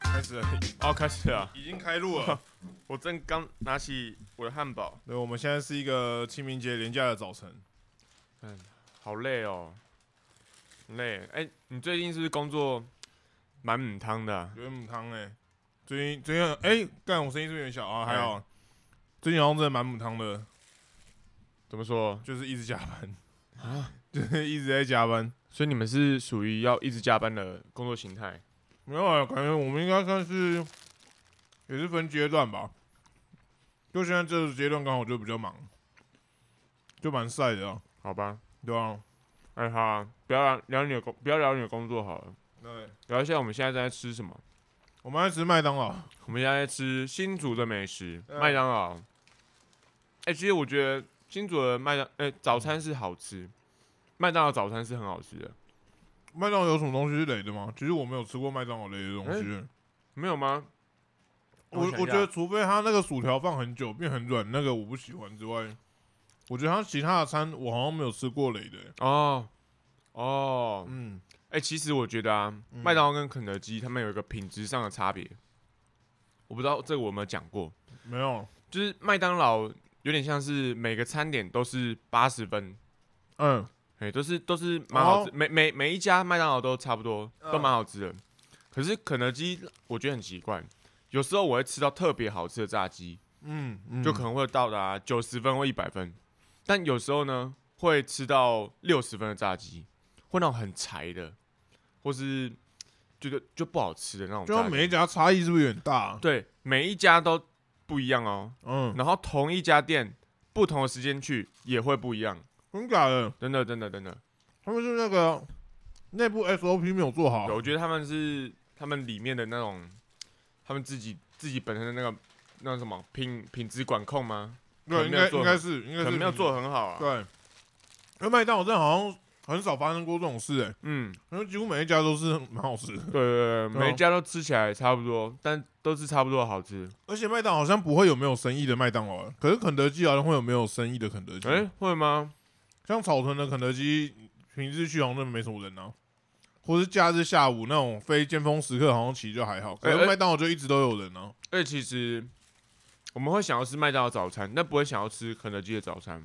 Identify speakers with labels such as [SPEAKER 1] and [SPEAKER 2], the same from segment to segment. [SPEAKER 1] 开始了，
[SPEAKER 2] 哦，开始了。
[SPEAKER 1] 已经开录 了。
[SPEAKER 2] 我正刚拿起我的汉堡，
[SPEAKER 1] 对，我们现在是一个清明节连假的早晨。
[SPEAKER 2] 好累哦，很累。哎、你最近是不是工作蛮母汤的啊、
[SPEAKER 1] 有点母汤哎，最近最近哎，干、我声音是不是有点小啊？还
[SPEAKER 2] 哎
[SPEAKER 1] 好，最近好像真的蛮母汤的，
[SPEAKER 2] 怎么说？
[SPEAKER 1] 就是一直加班啊， 就是一直在加班。
[SPEAKER 2] 所以你们是属于要一直加班的工作形态？
[SPEAKER 1] 没有啊，感觉我们应该算是也是分阶段吧。就现在这个阶段刚好就比较忙，就蛮晒的啊，
[SPEAKER 2] 好吧，
[SPEAKER 1] 对啊，
[SPEAKER 2] 哎好啊、不要聊聊你的工，不要聊你的工作好了，
[SPEAKER 1] 对，
[SPEAKER 2] 聊一下我们现在在吃什么。
[SPEAKER 1] 我们在吃麦当劳，
[SPEAKER 2] 我们现在在吃新竹的美食，
[SPEAKER 1] 嗯
[SPEAKER 2] 麦当劳。哎、其实我觉得新竹的麦当，哎、早餐是好吃，麦当劳早餐是很好吃的，
[SPEAKER 1] 麦当劳有什么东西是雷的吗？其实我没有吃过麦当劳雷的东西、
[SPEAKER 2] 没有吗？
[SPEAKER 1] 我
[SPEAKER 2] 想一
[SPEAKER 1] 我
[SPEAKER 2] 下
[SPEAKER 1] 觉得，除非它那个薯条放很久变很软，那个我不喜欢之外，我觉得它其他的餐我好像没有吃过雷的、
[SPEAKER 2] 哦哦，
[SPEAKER 1] 嗯，
[SPEAKER 2] 哎、其实我觉得啊，
[SPEAKER 1] 嗯
[SPEAKER 2] 麦当劳跟肯德基他们有一个品质上的差别，我不知道这个我有没有讲过，
[SPEAKER 1] 没有，
[SPEAKER 2] 就是麦当劳有点像是每个餐点都是八十分，
[SPEAKER 1] 嗯，
[SPEAKER 2] 哎、都是都是蛮好吃，每每每一家麦当劳都差不多，
[SPEAKER 1] 哦嗯
[SPEAKER 2] 都蛮好吃的。可是肯德基我觉得很奇怪，有时候我会吃到特别好吃的炸鸡，
[SPEAKER 1] 嗯嗯，
[SPEAKER 2] 就可能会到达九十分或一百分，但有时候呢会吃到六十分的炸鸡，会那种很柴的，或是觉得就不好吃的那种
[SPEAKER 1] 就
[SPEAKER 2] 炸
[SPEAKER 1] 它
[SPEAKER 2] 鸡。
[SPEAKER 1] 每一家差异是不是有点大啊、
[SPEAKER 2] 对每一家都不一样哦，
[SPEAKER 1] 嗯，
[SPEAKER 2] 然后同一家店不同的时间去也会不一样，
[SPEAKER 1] 真假的？
[SPEAKER 2] 真的真的真的。
[SPEAKER 1] 他们是那个内部 SOP 没有做好
[SPEAKER 2] 对，，我觉得他们是他们里面的那种，他们自己自己本身的那个那什么品品质管控吗？
[SPEAKER 1] 对，
[SPEAKER 2] 可能
[SPEAKER 1] 应
[SPEAKER 2] 没有
[SPEAKER 1] 该
[SPEAKER 2] 做
[SPEAKER 1] 应该是应该
[SPEAKER 2] 可
[SPEAKER 1] 是
[SPEAKER 2] 能没有做得很好啊。，
[SPEAKER 1] 对。因为麦当劳真的好像很少发生过这种事哎、
[SPEAKER 2] 嗯，
[SPEAKER 1] 因为几乎每一家都是蛮好吃的，
[SPEAKER 2] 对对对，
[SPEAKER 1] 对啊
[SPEAKER 2] 每一家都吃起来差不多，但都是差不多好吃。
[SPEAKER 1] 而且麦当劳好像不会有没有生意的麦当劳，可是肯德基好像会有没有生意的肯德基。
[SPEAKER 2] 哎、会吗？
[SPEAKER 1] 像草屯的肯德基，平日去好像真的没什么人啊，或是假日下午那种非尖峰时刻，好像其实就还好。可
[SPEAKER 2] 哎哎
[SPEAKER 1] 是麦当劳就一直都有人啊。
[SPEAKER 2] 而且其实我们会想要吃麦当劳早餐，但不会想要吃肯德基的早餐。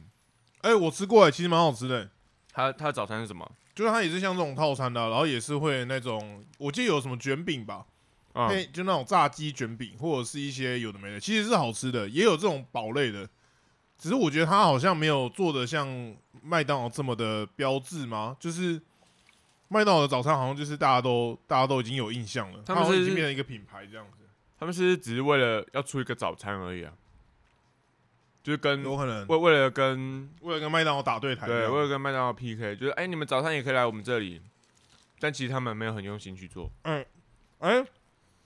[SPEAKER 1] 哎、我吃过、哎，其实蛮好吃的、哎
[SPEAKER 2] 它它的早餐是什么？
[SPEAKER 1] 就是它也是像这种套餐的啊、然后也是会那种，我记得有什么卷饼吧，
[SPEAKER 2] 啊、
[SPEAKER 1] 配就那种炸鸡卷饼，或者是一些有的没的，其实是好吃的，也有这种堡类的。只是我觉得它好像没有做的像麦当劳这么的标志吗？就是麦当劳的早餐好像就是大家都大家都已经有印象了，
[SPEAKER 2] 他
[SPEAKER 1] 它
[SPEAKER 2] 们
[SPEAKER 1] 好像
[SPEAKER 2] 是
[SPEAKER 1] 已经变成一个品牌这样子，
[SPEAKER 2] 他们是不是只是为了要出一个早餐而已啊，就是跟
[SPEAKER 1] 有可能
[SPEAKER 2] 为为了跟
[SPEAKER 1] 为了跟麦当劳打对台这
[SPEAKER 2] 对，
[SPEAKER 1] 样。
[SPEAKER 2] 我有跟麦当劳 PK，就是哎、你们早餐也可以来我们这里，但其实他们没有很用心去做。
[SPEAKER 1] 哎、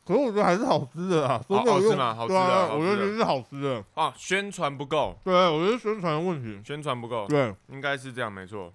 [SPEAKER 1] 可是我觉得还是好吃的啊，说没
[SPEAKER 2] 好
[SPEAKER 1] 有
[SPEAKER 2] 好吃
[SPEAKER 1] 用
[SPEAKER 2] 哦吗好吃
[SPEAKER 1] 对
[SPEAKER 2] 的
[SPEAKER 1] 啊，
[SPEAKER 2] 好吃的
[SPEAKER 1] 我就觉得是好吃的。
[SPEAKER 2] 啊，宣传不够，
[SPEAKER 1] 对，啊我觉得宣传的问题。
[SPEAKER 2] 宣传不够，
[SPEAKER 1] 对，
[SPEAKER 2] 应该是这样，没错。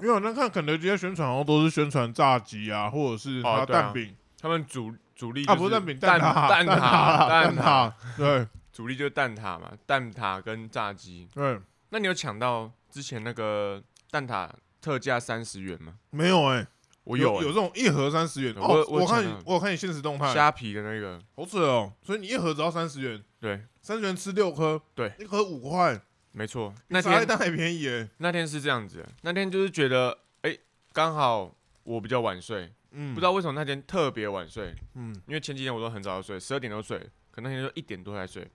[SPEAKER 1] 因为我那看肯德基的宣传，好像都是宣传炸鸡啊，或者是
[SPEAKER 2] 哦
[SPEAKER 1] 它
[SPEAKER 2] 对啊
[SPEAKER 1] 蛋饼、
[SPEAKER 2] 他们主主力、就
[SPEAKER 1] 啊，不是蛋饼，
[SPEAKER 2] 蛋
[SPEAKER 1] 挞，
[SPEAKER 2] 蛋
[SPEAKER 1] 蛋
[SPEAKER 2] 挞
[SPEAKER 1] 蛋
[SPEAKER 2] 挞，
[SPEAKER 1] 挞，对
[SPEAKER 2] 主力就是蛋挞嘛，蛋挞跟炸鸡。
[SPEAKER 1] 对，
[SPEAKER 2] 那你有抢到之前那个蛋挞特价三十元吗？
[SPEAKER 1] 没有哎，
[SPEAKER 2] 我
[SPEAKER 1] 有
[SPEAKER 2] 有欸
[SPEAKER 1] 这种一盒三十元，
[SPEAKER 2] 我
[SPEAKER 1] 哦，
[SPEAKER 2] 我
[SPEAKER 1] 我看
[SPEAKER 2] 抢到
[SPEAKER 1] 你我有看你现实动
[SPEAKER 2] 欸
[SPEAKER 1] 态，
[SPEAKER 2] 虾皮的那个，
[SPEAKER 1] 好扯哦，所以你一盒只要三十元，
[SPEAKER 2] 对，
[SPEAKER 1] 三十元吃六颗，
[SPEAKER 2] 对，
[SPEAKER 1] 一盒五块，
[SPEAKER 2] 没错。
[SPEAKER 1] 比
[SPEAKER 2] 那
[SPEAKER 1] 茶叶
[SPEAKER 2] 天
[SPEAKER 1] 蛋还便宜哎，
[SPEAKER 2] 那天是这样子的，那天就是觉得哎，刚、好我比较晚睡，
[SPEAKER 1] 嗯，
[SPEAKER 2] 不知道为什么那天特别晚睡。
[SPEAKER 1] 嗯，
[SPEAKER 2] 因为前几天我都很早就睡，十二点就睡，可能那天就一点多才睡。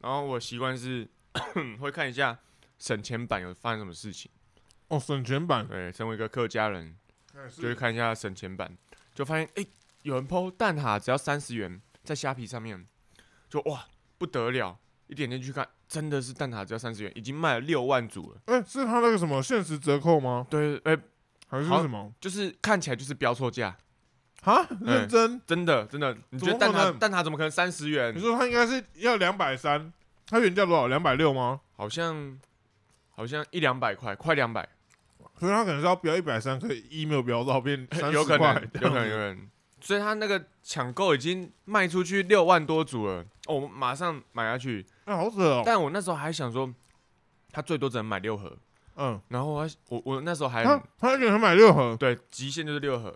[SPEAKER 2] 然后我习惯是 会看一下省钱版有发生什么事情。
[SPEAKER 1] 哦，省钱版，
[SPEAKER 2] 对，身为一个客家人，就
[SPEAKER 1] 哎
[SPEAKER 2] 会
[SPEAKER 1] 是
[SPEAKER 2] 看一下省钱版，就发现诶，有人剖蛋挞只要三十元，在虾皮上面，就哇不得了，一点进去看，真的是蛋挞只要三十元，已经卖了六万组了。
[SPEAKER 1] 哎，是他那个什么限时折扣吗？
[SPEAKER 2] 对，诶，
[SPEAKER 1] 还是
[SPEAKER 2] 好
[SPEAKER 1] 什么？
[SPEAKER 2] 就是看起来就是标错价，
[SPEAKER 1] 啊，
[SPEAKER 2] 哎
[SPEAKER 1] 认真，
[SPEAKER 2] 真的真的，你觉得
[SPEAKER 1] 怎
[SPEAKER 2] 蛋
[SPEAKER 1] 么可
[SPEAKER 2] 挞
[SPEAKER 1] 能
[SPEAKER 2] 蛋挞怎么可能三十元
[SPEAKER 1] 你？说他应该是要两百三，他原价多少？两百六吗？
[SPEAKER 2] 好像好像一两百块，快两百。
[SPEAKER 1] 所以他可能是要标一百三，可以一没有标到变三十
[SPEAKER 2] 有可能
[SPEAKER 1] 块，，
[SPEAKER 2] 有可能，有可能。所以他那个抢购已经卖出去六万多组了，哦，我马上买下去。
[SPEAKER 1] 那、好扯哦。
[SPEAKER 2] 但我那时候还想说，他最多只能买六盒，
[SPEAKER 1] 嗯，
[SPEAKER 2] 然后我还我我那时候还
[SPEAKER 1] 他他一个人买六盒，
[SPEAKER 2] 对极限就是六盒，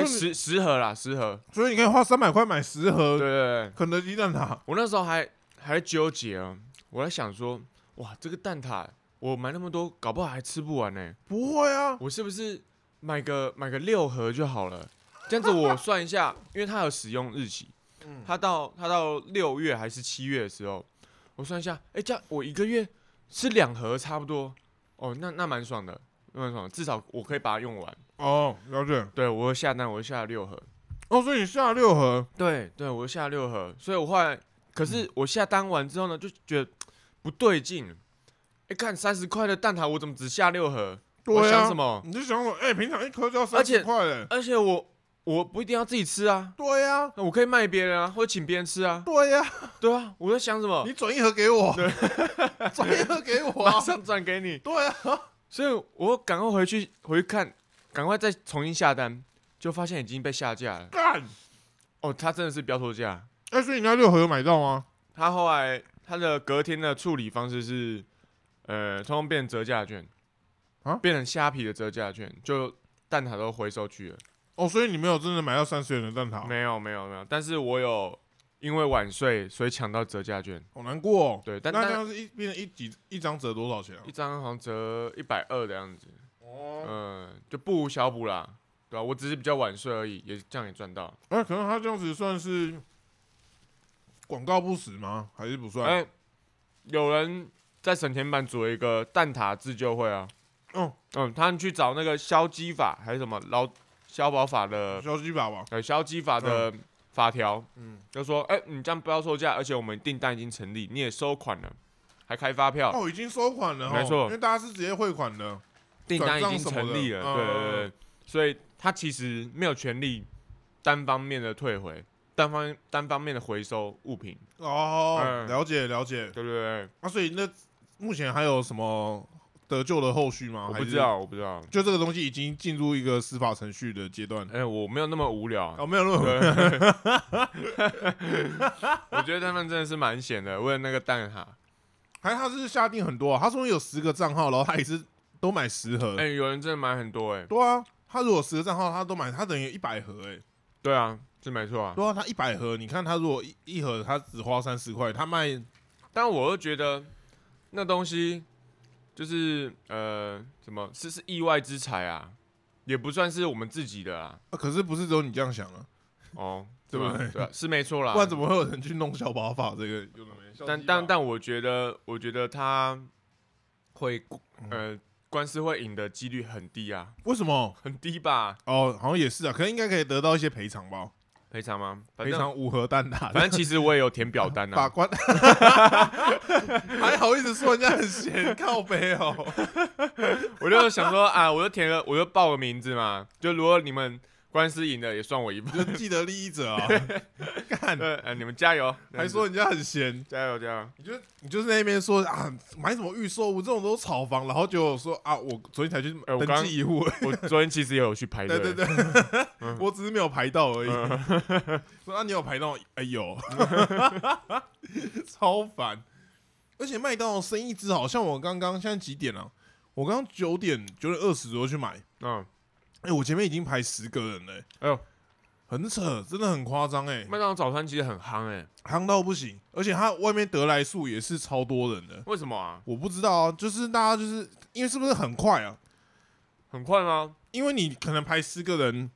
[SPEAKER 1] 所以你
[SPEAKER 2] 十十盒啦，十盒，
[SPEAKER 1] 所以你可以花三百块买十
[SPEAKER 2] 对
[SPEAKER 1] 盒
[SPEAKER 2] 对对，
[SPEAKER 1] 肯德基蛋挞，
[SPEAKER 2] 我那时候还还在纠结啊，我在想说，哇，这个蛋挞我买那么多，搞不好还吃不完呢、
[SPEAKER 1] 不会啊，
[SPEAKER 2] 我是不是买个买个六盒就好了？这样子我算一下，因为它有使用日期，
[SPEAKER 1] 嗯
[SPEAKER 2] 它到它到六月还是七月的时候，我算一下，哎、这样我一个月吃两盒差不多，哦，那那蛮爽的，那蛮爽的，至少我可以把它用完。
[SPEAKER 1] 哦，了解
[SPEAKER 2] 对我又下单，我又下了六盒，
[SPEAKER 1] 哦，所以你下六盒，
[SPEAKER 2] 对对，我下六盒，所以我后来，可是我下单完之后呢，就觉得不对劲。哎，看三十块的蛋挞，我怎么只下六盒？我
[SPEAKER 1] 对
[SPEAKER 2] 想
[SPEAKER 1] 啊
[SPEAKER 2] 什，么？
[SPEAKER 1] 你就想我，哎、平常一颗就要
[SPEAKER 2] 而
[SPEAKER 1] 三
[SPEAKER 2] 且
[SPEAKER 1] 十块嘞，
[SPEAKER 2] 而且我我不一定要自己吃啊，
[SPEAKER 1] 对呀、啊，
[SPEAKER 2] 那我可以卖别人啊，或者请别人吃啊。
[SPEAKER 1] 对呀、
[SPEAKER 2] 对啊，我在想什么
[SPEAKER 1] 你？转一盒给我，转一盒 给我、
[SPEAKER 2] 马
[SPEAKER 1] 啊，
[SPEAKER 2] 上转给你。
[SPEAKER 1] 对啊，
[SPEAKER 2] 所以我赶快回去回去看，赶快再重新下单，就发现已经被下架了。
[SPEAKER 1] 干，
[SPEAKER 2] 哦，他真的是标错价。
[SPEAKER 1] 哎、所以你那六盒有买到吗？
[SPEAKER 2] 他后来他的隔天的处理方式是，呃，通通变成折价券，
[SPEAKER 1] 啊
[SPEAKER 2] 变成虾皮的折价券，就蛋挞都回收去了。
[SPEAKER 1] 哦，所以你没有真的买到三十元的蛋挞，
[SPEAKER 2] 没有没有没有，但是我有因为晚睡，所以抢到折价券，
[SPEAKER 1] 好难过哦。
[SPEAKER 2] 对但
[SPEAKER 1] 那这
[SPEAKER 2] 但
[SPEAKER 1] 样是一变成一几一张折多少钱啊
[SPEAKER 2] 一？张好像折一百二的样子，嗯、
[SPEAKER 1] 哦，
[SPEAKER 2] 就不无小补啦，对吧、我只是比较晚睡而已，也这样也赚到。
[SPEAKER 1] 哎、可能他这样子算是广告不实吗？还是不算？
[SPEAKER 2] 哎、有人在省钱版组了一个蛋挞自救会啊，
[SPEAKER 1] 哦，
[SPEAKER 2] 嗯，他们去找那个消基法还是什么劳消保法的
[SPEAKER 1] 小鸡爸爸，
[SPEAKER 2] 呃消基法的法条，
[SPEAKER 1] 嗯，
[SPEAKER 2] 就说，哎、你这样不要售价，而且我们订单已经成立，你也收款了，还开发票，
[SPEAKER 1] 哦，已经收款了哦，
[SPEAKER 2] 没错
[SPEAKER 1] 因为大家是直接汇款的，
[SPEAKER 2] 订、单
[SPEAKER 1] 转
[SPEAKER 2] 已
[SPEAKER 1] 账
[SPEAKER 2] 经
[SPEAKER 1] 什么的
[SPEAKER 2] 成立了，
[SPEAKER 1] 嗯
[SPEAKER 2] 对对对，所以他其实没有权利单方面的退回，单方单方面的回收物品，
[SPEAKER 1] 哦，
[SPEAKER 2] 嗯
[SPEAKER 1] 了解了解。
[SPEAKER 2] 对对对，
[SPEAKER 1] 啊，所以那目前还有什么得救的后续吗？
[SPEAKER 2] 我
[SPEAKER 1] 还
[SPEAKER 2] 不
[SPEAKER 1] 是
[SPEAKER 2] 知，道，我不知道，
[SPEAKER 1] 就这个东西已经进入一个司法程序的阶段。
[SPEAKER 2] 哎、我没有那么无聊、
[SPEAKER 1] 哦，没有那么
[SPEAKER 2] 对，我觉得他们真的是蛮闲的，为了那个蛋挞。
[SPEAKER 1] 还他是下定很多、啊，他说有十个账号，然后他也是都买十盒。
[SPEAKER 2] 哎、有人真的买很多哎、
[SPEAKER 1] 对啊，他如果十个账号他都买，他等于一百盒哎、
[SPEAKER 2] 对啊，是没错啊。
[SPEAKER 1] 对啊，他一百盒，你看他如果一一盒他只花三十块，他卖
[SPEAKER 2] 但我又觉得那东西就是呃，怎么是是意外之财啊，也不算是我们自己的啊。
[SPEAKER 1] 啊可是不是只有你这样想啊，
[SPEAKER 2] 哦，
[SPEAKER 1] 对不
[SPEAKER 2] 对
[SPEAKER 1] 对
[SPEAKER 2] 吧？对啊，是没错啦
[SPEAKER 1] 不。然怎么会有人去弄小宝法这个？有的没。
[SPEAKER 2] 但但但我觉得，我觉得他会
[SPEAKER 1] 嗯
[SPEAKER 2] 呃官司会赢的几率很低啊，
[SPEAKER 1] 为什么？
[SPEAKER 2] 很低吧？
[SPEAKER 1] 哦，好像也是啊，可能应该可以得到一些赔偿吧，
[SPEAKER 2] 赔偿吗？反
[SPEAKER 1] 赔
[SPEAKER 2] 正
[SPEAKER 1] 偿五盒蛋挞。
[SPEAKER 2] 反正其实我也有填表 单
[SPEAKER 1] 法
[SPEAKER 2] 啊。
[SPEAKER 1] 官还好意思说人家很闲，靠背哦。
[SPEAKER 2] 我就想说啊，我就填了，我就报个名字嘛。就如果你们官司赢了，也算我一半。
[SPEAKER 1] 就既得利益 者啊，干，
[SPEAKER 2] 对，呃，你们加油，
[SPEAKER 1] 还说人家很闲，
[SPEAKER 2] 加油加油。
[SPEAKER 1] 你就你就是在那边说啊，买什么预售屋这种都是炒房，然后就说啊，我昨天才去
[SPEAKER 2] 哎我
[SPEAKER 1] 登
[SPEAKER 2] 刚
[SPEAKER 1] 记一户，
[SPEAKER 2] 我昨天其实也有去排队，
[SPEAKER 1] 对对对，
[SPEAKER 2] 嗯
[SPEAKER 1] 我只是没有排到而已。 说啊，你有排到？哎 呦，超烦！而且麦当劳生意之好，像我刚刚现在几点啊？我刚刚九点九点二十左右去买，
[SPEAKER 2] 嗯，
[SPEAKER 1] 哎、我前面已经排十个人了、欸，
[SPEAKER 2] 哎呦，
[SPEAKER 1] 很扯，真的很夸张哎，
[SPEAKER 2] 麦当劳早餐其实很夯哎、
[SPEAKER 1] 夯到不行，而且它外面得来速也是超多人的，
[SPEAKER 2] 为什么啊？
[SPEAKER 1] 我不知道啊，就是大家就是因为是不是很快啊？
[SPEAKER 2] 很快吗？
[SPEAKER 1] 因为你可能排十个人，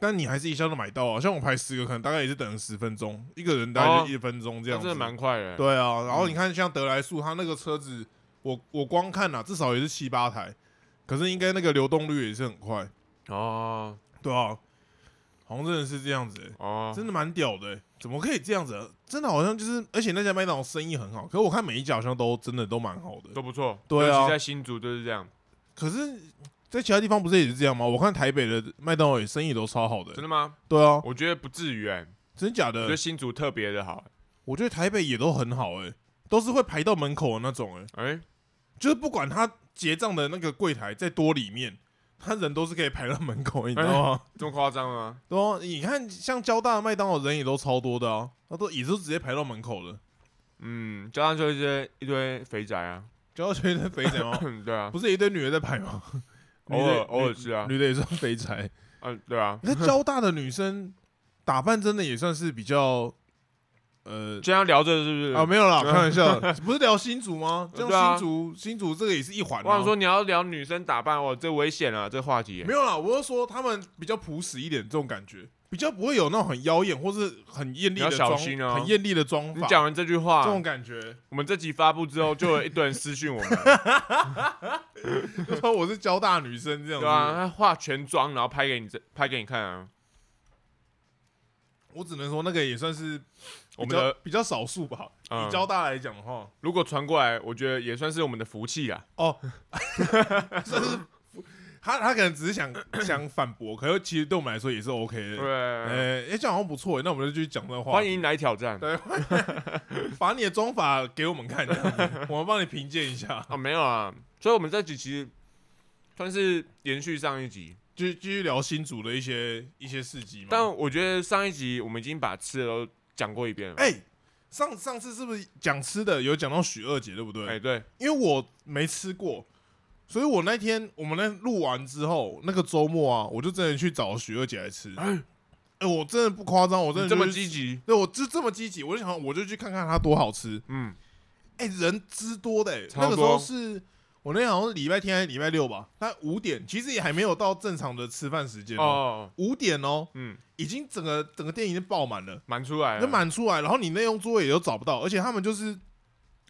[SPEAKER 1] 但你还是一下都买到啊，像我排十个，可能大概也是等了十分钟，一个人大概
[SPEAKER 2] 哦
[SPEAKER 1] 就一分钟这
[SPEAKER 2] 那
[SPEAKER 1] 样
[SPEAKER 2] 真
[SPEAKER 1] 子，
[SPEAKER 2] 的蛮快的、欸。
[SPEAKER 1] 对啊，然后你看像得来速，它那个车子，我我光看啊，至少也是七八台，可是应该那个流动率也是很快，
[SPEAKER 2] 哦
[SPEAKER 1] 对啊，好像真的是这样子、欸。
[SPEAKER 2] 哦，
[SPEAKER 1] 真的蛮屌的欸、怎么可以这样子啊、真的好像就是，而且那家麦当劳生意很好，可是我看每一家好像都真的都蛮好的。
[SPEAKER 2] 都不错。
[SPEAKER 1] 对啊
[SPEAKER 2] 尤其在新竹就是这样，
[SPEAKER 1] 可是，在其他地方不是也是这样吗？我看台北的麦当劳也生意都超好的欸、
[SPEAKER 2] 真的吗？
[SPEAKER 1] 对啊，
[SPEAKER 2] 我觉得不至于哎、
[SPEAKER 1] 真假
[SPEAKER 2] 我
[SPEAKER 1] 的
[SPEAKER 2] 觉得？新竹特别的好
[SPEAKER 1] 我觉得台北也都很好、欸，都是会排到门口的那种、欸，
[SPEAKER 2] 哎、哎
[SPEAKER 1] 就是不管他结账的那个柜台再多里面，他人都是可以排到门口，你知道吗？
[SPEAKER 2] 这么夸张吗？
[SPEAKER 1] 对啊，你看像交大的麦当劳人也都超多的啊，他都也都直接排到门口了。
[SPEAKER 2] 嗯，加上就一堆一堆肥宅啊，
[SPEAKER 1] 交大圈的肥仔吗？
[SPEAKER 2] 对啊，
[SPEAKER 1] 哦不是一堆女的在排吗？
[SPEAKER 2] 偶
[SPEAKER 1] 女的
[SPEAKER 2] 尔
[SPEAKER 1] 女
[SPEAKER 2] 偶尔吃啊，
[SPEAKER 1] 女的也算肥 宅。
[SPEAKER 2] 嗯、对啊，
[SPEAKER 1] 那交大的女生打扮真的也算是比较，呃，
[SPEAKER 2] 这样聊着是不是？
[SPEAKER 1] 啊，没有啦，开玩 笑，不是聊新竹吗？这
[SPEAKER 2] 对啊
[SPEAKER 1] 样新竹，新竹这个也是一环、
[SPEAKER 2] 我
[SPEAKER 1] 啊。
[SPEAKER 2] 想说你要聊女生打扮，哇，这危险啊，这话题。
[SPEAKER 1] 没有啦，我是说他们比较朴实一点，这种感觉比较不会有那种很妖艳或是很艳丽的
[SPEAKER 2] 你要小
[SPEAKER 1] 妆，
[SPEAKER 2] 心哦
[SPEAKER 1] 很艳丽的妆
[SPEAKER 2] 你
[SPEAKER 1] 法，
[SPEAKER 2] 讲完这句
[SPEAKER 1] 这
[SPEAKER 2] 话
[SPEAKER 1] 种，感觉。
[SPEAKER 2] 我们这集发布之后，就有一堆人私讯我们，
[SPEAKER 1] 就说我是交大女生这样子，
[SPEAKER 2] 对啊，他化全妆，然后拍给你这拍给你看啊。
[SPEAKER 1] 我只能说那个也算是
[SPEAKER 2] 我
[SPEAKER 1] 比
[SPEAKER 2] 们
[SPEAKER 1] 较
[SPEAKER 2] 的
[SPEAKER 1] 比较少数吧。
[SPEAKER 2] 嗯
[SPEAKER 1] 以交大来讲的话，
[SPEAKER 2] 如果传过来，我觉得也算是我们的福气啊。
[SPEAKER 1] 算是他他可能只是 想想反驳，可是其实对我们来说也是 OK 的。
[SPEAKER 2] 对，啊
[SPEAKER 1] 呃，哎，这样好像不错，那我们就继续讲这个话题。
[SPEAKER 2] 欢迎来挑战
[SPEAKER 1] 对把你的妆法给我们看，这样子 我们帮你评鉴一下，
[SPEAKER 2] 啊，没有啊，所以我们这集其实算是延续上一集，
[SPEAKER 1] 继继续聊新竹的一些一些事迹嘛。
[SPEAKER 2] 但我觉得上一集我们已经把吃的都讲过一遍了。
[SPEAKER 1] 哎、上上次是不是讲吃的有讲到许二姐对不对？
[SPEAKER 2] 哎，对，
[SPEAKER 1] 因为我没吃过，所以我那天我们那录完之后，那个周末啊，我就真的去找许二姐来吃。哎、我真的不夸张，我真的
[SPEAKER 2] 你这么
[SPEAKER 1] 就去
[SPEAKER 2] 积极，
[SPEAKER 1] 对，我就这么积极，我就想我就去看看它多好吃。
[SPEAKER 2] 嗯，
[SPEAKER 1] 哎、人之多的、欸，
[SPEAKER 2] 超
[SPEAKER 1] 那个时候
[SPEAKER 2] 多
[SPEAKER 1] 是我那天好像是礼拜天还是礼拜六吧，它五点，其实也还没有到正常的吃饭时间哦。
[SPEAKER 2] 哦，
[SPEAKER 1] 五点哦，
[SPEAKER 2] 嗯，
[SPEAKER 1] 已经整个整个店已经爆满了。
[SPEAKER 2] 满出来了，
[SPEAKER 1] 就满出来，然后你内用座位也都找不到，而且他们就是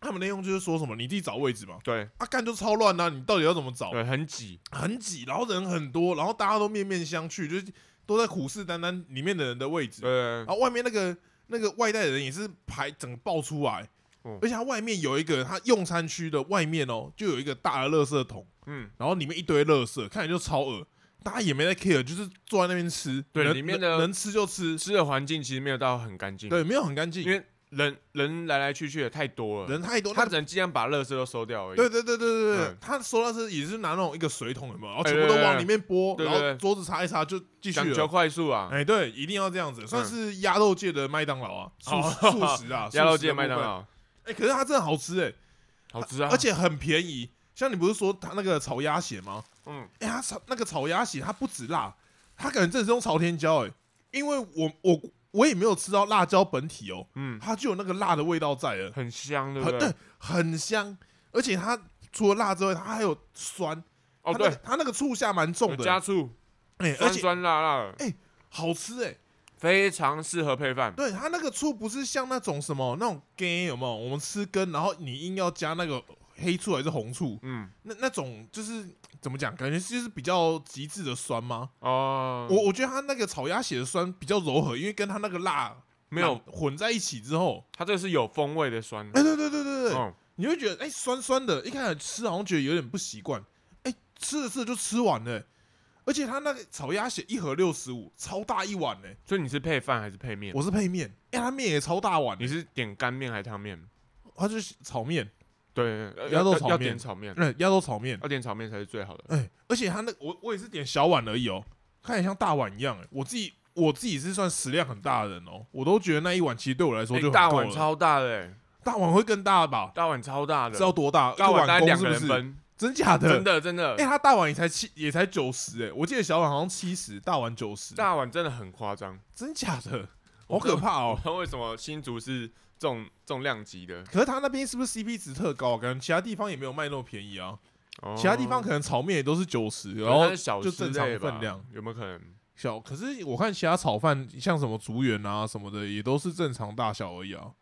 [SPEAKER 1] 他们内用就是说什么你自己找位置嘛，
[SPEAKER 2] 对
[SPEAKER 1] 啊干就超乱呐、你到底要怎么找？
[SPEAKER 2] 对，很挤，
[SPEAKER 1] 很挤，然后人很多，然后大家都面面相觑，就是都在虎视眈眈里面的人的位置，
[SPEAKER 2] 对
[SPEAKER 1] 然，后外面那个那个外带的人也是排整个爆出来，
[SPEAKER 2] 嗯
[SPEAKER 1] 而且他外面有一个他用餐区的外面哦，就有一个大的垃圾桶，
[SPEAKER 2] 嗯，
[SPEAKER 1] 然后里面一堆垃圾，看起来就超恶。大家也没在 care，就是坐在那边吃，
[SPEAKER 2] 对
[SPEAKER 1] 能
[SPEAKER 2] 里面
[SPEAKER 1] 能
[SPEAKER 2] 的
[SPEAKER 1] 能吃就吃，
[SPEAKER 2] 吃的环境其实没有到很干净，，
[SPEAKER 1] 对，没有很干净，
[SPEAKER 2] 因为人人来来去去的太多了，
[SPEAKER 1] 人太多，
[SPEAKER 2] 他
[SPEAKER 1] 那
[SPEAKER 2] 只能尽量把垃圾都收掉而已。
[SPEAKER 1] 对对对对对对，
[SPEAKER 2] 嗯
[SPEAKER 1] 他收到是也是拿那种一个水桶，有没有？然后
[SPEAKER 2] 哎
[SPEAKER 1] 全部都
[SPEAKER 2] 对对
[SPEAKER 1] 往里面拨，
[SPEAKER 2] 对对
[SPEAKER 1] 然
[SPEAKER 2] 对
[SPEAKER 1] 后桌子擦一擦就继续
[SPEAKER 2] 讲究
[SPEAKER 1] 了。
[SPEAKER 2] 快速啊，
[SPEAKER 1] 哎，对，一定要这样子，算是鸭肉界的麦当劳啊，嗯 素
[SPEAKER 2] 哦
[SPEAKER 1] 素食啊，
[SPEAKER 2] 鸭肉
[SPEAKER 1] 素食
[SPEAKER 2] 界
[SPEAKER 1] 的
[SPEAKER 2] 麦当
[SPEAKER 1] 部分。
[SPEAKER 2] 劳
[SPEAKER 1] 哎，可是它真的好吃哎，
[SPEAKER 2] 好吃啊，
[SPEAKER 1] 而且很便宜。像你不是说它那个炒鸭血吗？
[SPEAKER 2] 嗯，
[SPEAKER 1] 哎，它炒那个炒鸭血，它不止辣，它可能正是用朝天椒哎，因为我我我也没有吃到辣椒本体哦，
[SPEAKER 2] 嗯，
[SPEAKER 1] 它就有那个辣的味道在了。
[SPEAKER 2] 很香，对不
[SPEAKER 1] 啊很对
[SPEAKER 2] 对？，
[SPEAKER 1] 很香，而且它除了辣之外，它还有酸。它
[SPEAKER 2] 哦，
[SPEAKER 1] 那
[SPEAKER 2] 对
[SPEAKER 1] 个，它那个醋下蛮重的，
[SPEAKER 2] 加醋，
[SPEAKER 1] 哎、而
[SPEAKER 2] 酸
[SPEAKER 1] 且
[SPEAKER 2] 酸辣辣的，
[SPEAKER 1] 好吃哎、
[SPEAKER 2] 非常适合配饭。
[SPEAKER 1] 对，它那个醋不是像那种什么那种根有没有？我们吃根，然后你硬要加那个黑醋还是红醋，
[SPEAKER 2] 嗯，
[SPEAKER 1] 那那种就是怎么讲？感觉就是比较极致的酸吗？
[SPEAKER 2] 哦，
[SPEAKER 1] 我我觉得它那个炒鸭血的酸比较柔和，因为跟它那个辣
[SPEAKER 2] 没有，
[SPEAKER 1] 混在一起之后，
[SPEAKER 2] 它这个是有风味的酸
[SPEAKER 1] 哎、，对对对对对，
[SPEAKER 2] 嗯，
[SPEAKER 1] 你会觉得哎、酸酸的，一开始吃好像觉得有点不习惯，哎、吃着吃着就吃完了欸、而且它那个炒鸭血一盒六十五，超大一碗呢、
[SPEAKER 2] 所以你是配饭还是配面？
[SPEAKER 1] 我是配面，哎、它面也超大碗、
[SPEAKER 2] 你
[SPEAKER 1] 欸，
[SPEAKER 2] 是点干面还是汤面？
[SPEAKER 1] 它就是炒面，
[SPEAKER 2] 对，呃
[SPEAKER 1] 鸭
[SPEAKER 2] 要
[SPEAKER 1] 肉
[SPEAKER 2] 要
[SPEAKER 1] 炒
[SPEAKER 2] 要
[SPEAKER 1] 面嗯
[SPEAKER 2] 点炒面，
[SPEAKER 1] 对、鸭肉炒面，
[SPEAKER 2] 要点炒面才是最好的。
[SPEAKER 1] 哎、而且它那我我也是点小碗而已哦、看起来像大碗一样、欸，我自己我自己是算食量很大的人哦、我都觉得那一碗其实对我来说
[SPEAKER 2] 哎
[SPEAKER 1] 就很
[SPEAKER 2] 大
[SPEAKER 1] 够
[SPEAKER 2] 碗
[SPEAKER 1] 了
[SPEAKER 2] 超大的欸，
[SPEAKER 1] 大碗会更大吧？
[SPEAKER 2] 大碗超大的
[SPEAKER 1] 知，道多大？
[SPEAKER 2] 大
[SPEAKER 1] 一
[SPEAKER 2] 碗大概
[SPEAKER 1] 公
[SPEAKER 2] 两
[SPEAKER 1] 是
[SPEAKER 2] 个
[SPEAKER 1] 不
[SPEAKER 2] 人
[SPEAKER 1] 是？
[SPEAKER 2] 分，
[SPEAKER 1] 真假的？
[SPEAKER 2] 真的真的
[SPEAKER 1] 哎、，他大碗也才七，也才九十哎，我记得小碗好像七十，大碗九十，
[SPEAKER 2] 大碗真的很夸张。
[SPEAKER 1] 真假的，
[SPEAKER 2] 我
[SPEAKER 1] 好可怕
[SPEAKER 2] 我
[SPEAKER 1] 哦、
[SPEAKER 2] 不知道为什么新竹是这种这种量级的，
[SPEAKER 1] 可是他那边是不是 CP 值特高、啊？感觉其他地方也没有卖那么便宜啊，其他地方
[SPEAKER 2] 可
[SPEAKER 1] 可能炒面也都是九十，
[SPEAKER 2] 能
[SPEAKER 1] 然后
[SPEAKER 2] 哦它是小
[SPEAKER 1] 就
[SPEAKER 2] 吃
[SPEAKER 1] 正常
[SPEAKER 2] 类吧
[SPEAKER 1] 分量，
[SPEAKER 2] 有没有可能？
[SPEAKER 1] 小。可是我看其他炒饭，像什么竹园啊什么的，也都是正常大小而已啊，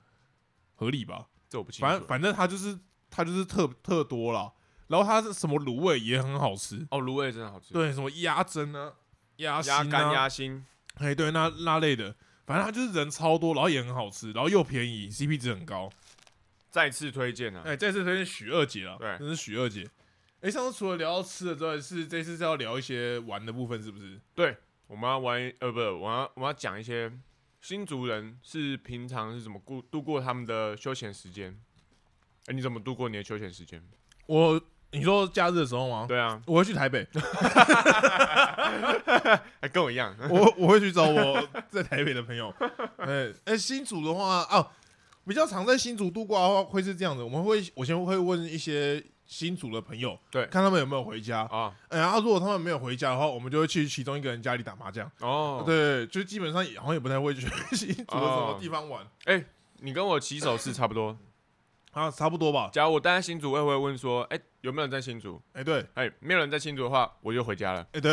[SPEAKER 1] 合理吧？
[SPEAKER 2] 这我不清楚。
[SPEAKER 1] 反正反正他就是他就是特特多啦，然后他是什么卤味也很好吃，
[SPEAKER 2] 哦，卤味真的好吃，，
[SPEAKER 1] 对，什么鸭胗啊、鸭心
[SPEAKER 2] 鸭肝、
[SPEAKER 1] 啊、
[SPEAKER 2] 鸭心，
[SPEAKER 1] 哎，对，那那类的，反正它就是人超多，然后也很好吃，然后又便宜，CP 值很高。
[SPEAKER 2] 再次推荐啊！
[SPEAKER 1] 哎，这次推荐许二姐了，
[SPEAKER 2] 对
[SPEAKER 1] 这是许二姐。哎，上次除了聊到吃的之外，是这次是要聊一些玩的部分，是不是？
[SPEAKER 2] 我们要玩一，呃，不是，我要我要讲一些新族人是平常是怎么过度过他们的休闲时间。哎，你怎么度过你的休闲时间？
[SPEAKER 1] 我你说假日的时候吗？
[SPEAKER 2] 对啊，
[SPEAKER 1] 我会去台 北，
[SPEAKER 2] 哎，跟我一 样，
[SPEAKER 1] 我我会去找我 在台北的朋友。哎哎，新竹啊的话，哦，比较常在新竹度过的话，会是这样子，我们会我先会问一些新组的朋友，
[SPEAKER 2] 对
[SPEAKER 1] 看他们有没有回家。
[SPEAKER 2] 啊
[SPEAKER 1] 哎呀，啊如果他们没有回家的话，我们就会去其中一个人家里打麻将。
[SPEAKER 2] 哦，，
[SPEAKER 1] 对，就基本上也好像也不太会去新竹的什么地方玩、
[SPEAKER 2] 你跟我起手是差不多。
[SPEAKER 1] 哦啊，差不多吧。
[SPEAKER 2] 假如我待在新竹，我也会问说，哎、有没有人在新竹？
[SPEAKER 1] 哎、对，
[SPEAKER 2] 哎、没有人在新竹的话，我就回家了。
[SPEAKER 1] 哎、对，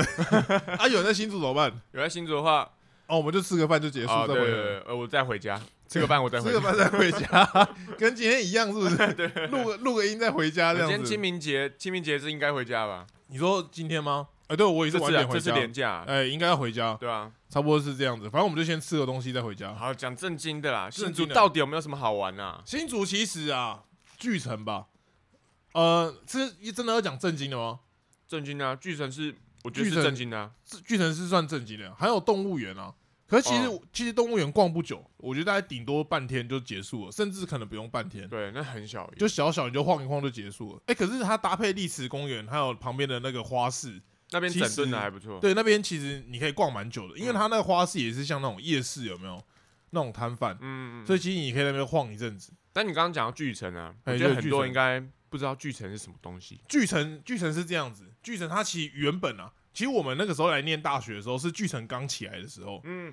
[SPEAKER 1] 啊，有人在新竹怎么办？
[SPEAKER 2] 有在新竹的话，
[SPEAKER 1] 哦，我们就吃个饭就结束，
[SPEAKER 2] 啊，
[SPEAKER 1] 再
[SPEAKER 2] 对
[SPEAKER 1] 回
[SPEAKER 2] 对
[SPEAKER 1] 来。
[SPEAKER 2] 对，呃，我再回家，吃个饭我再
[SPEAKER 1] 吃
[SPEAKER 2] 回
[SPEAKER 1] 个
[SPEAKER 2] 家。
[SPEAKER 1] 饭再回家， 跟今天一样，是不是？ 对，录个录个音再回家
[SPEAKER 2] 我
[SPEAKER 1] 这
[SPEAKER 2] 今
[SPEAKER 1] 样
[SPEAKER 2] 天
[SPEAKER 1] 子
[SPEAKER 2] 清。明节，清明节是应该回家吧？
[SPEAKER 1] 你说今天吗？哎、对我也是
[SPEAKER 2] 这
[SPEAKER 1] 晚
[SPEAKER 2] 次
[SPEAKER 1] 点
[SPEAKER 2] 啊，
[SPEAKER 1] 回
[SPEAKER 2] 这次
[SPEAKER 1] 家。
[SPEAKER 2] 廉价啊、
[SPEAKER 1] 哎、应该要回家，
[SPEAKER 2] 对啊。
[SPEAKER 1] 差不多是这样子。反正我们就先吃个东西再回家。
[SPEAKER 2] 好，讲正经的啦，
[SPEAKER 1] 正
[SPEAKER 2] 新
[SPEAKER 1] 经
[SPEAKER 2] 竹
[SPEAKER 1] 的
[SPEAKER 2] 到底有没有什么好玩啊？
[SPEAKER 1] 新竹其实啊，巨城吧，呃，是真的要讲正经的吗？
[SPEAKER 2] 正经啊，巨城是，我觉
[SPEAKER 1] 巨
[SPEAKER 2] 得是
[SPEAKER 1] 城
[SPEAKER 2] 正经的、啊。
[SPEAKER 1] 这巨城是算正经的，还有动物园啊。可是其实、
[SPEAKER 2] 哦
[SPEAKER 1] 其实动物园逛不久，我觉得大概顶多半天就结束了，甚至可能不用半天，
[SPEAKER 2] 对，那很小一个，
[SPEAKER 1] 就小小你就晃一晃就结束了。哎、可是它搭配历史公园还有旁边的那个花市，
[SPEAKER 2] 那边
[SPEAKER 1] 其
[SPEAKER 2] 整顿的
[SPEAKER 1] 实
[SPEAKER 2] 还不错。
[SPEAKER 1] 对，那边其实你可以逛蛮久的，因
[SPEAKER 2] 嗯
[SPEAKER 1] 为它那个花市也是像那种夜市，有没有那种摊贩？
[SPEAKER 2] 嗯，嗯嗯
[SPEAKER 1] 所以其实你可以在那边晃一阵子。
[SPEAKER 2] 但你刚刚讲到巨城啊，我
[SPEAKER 1] 哎
[SPEAKER 2] 觉
[SPEAKER 1] 对
[SPEAKER 2] 得很
[SPEAKER 1] 巨城
[SPEAKER 2] 多人应该不知道巨城是什么东西。
[SPEAKER 1] 巨城巨城是这样子，巨城它其实原本啊，其实我们那个时候来念大学的时候是巨城刚起来的时候，
[SPEAKER 2] 嗯，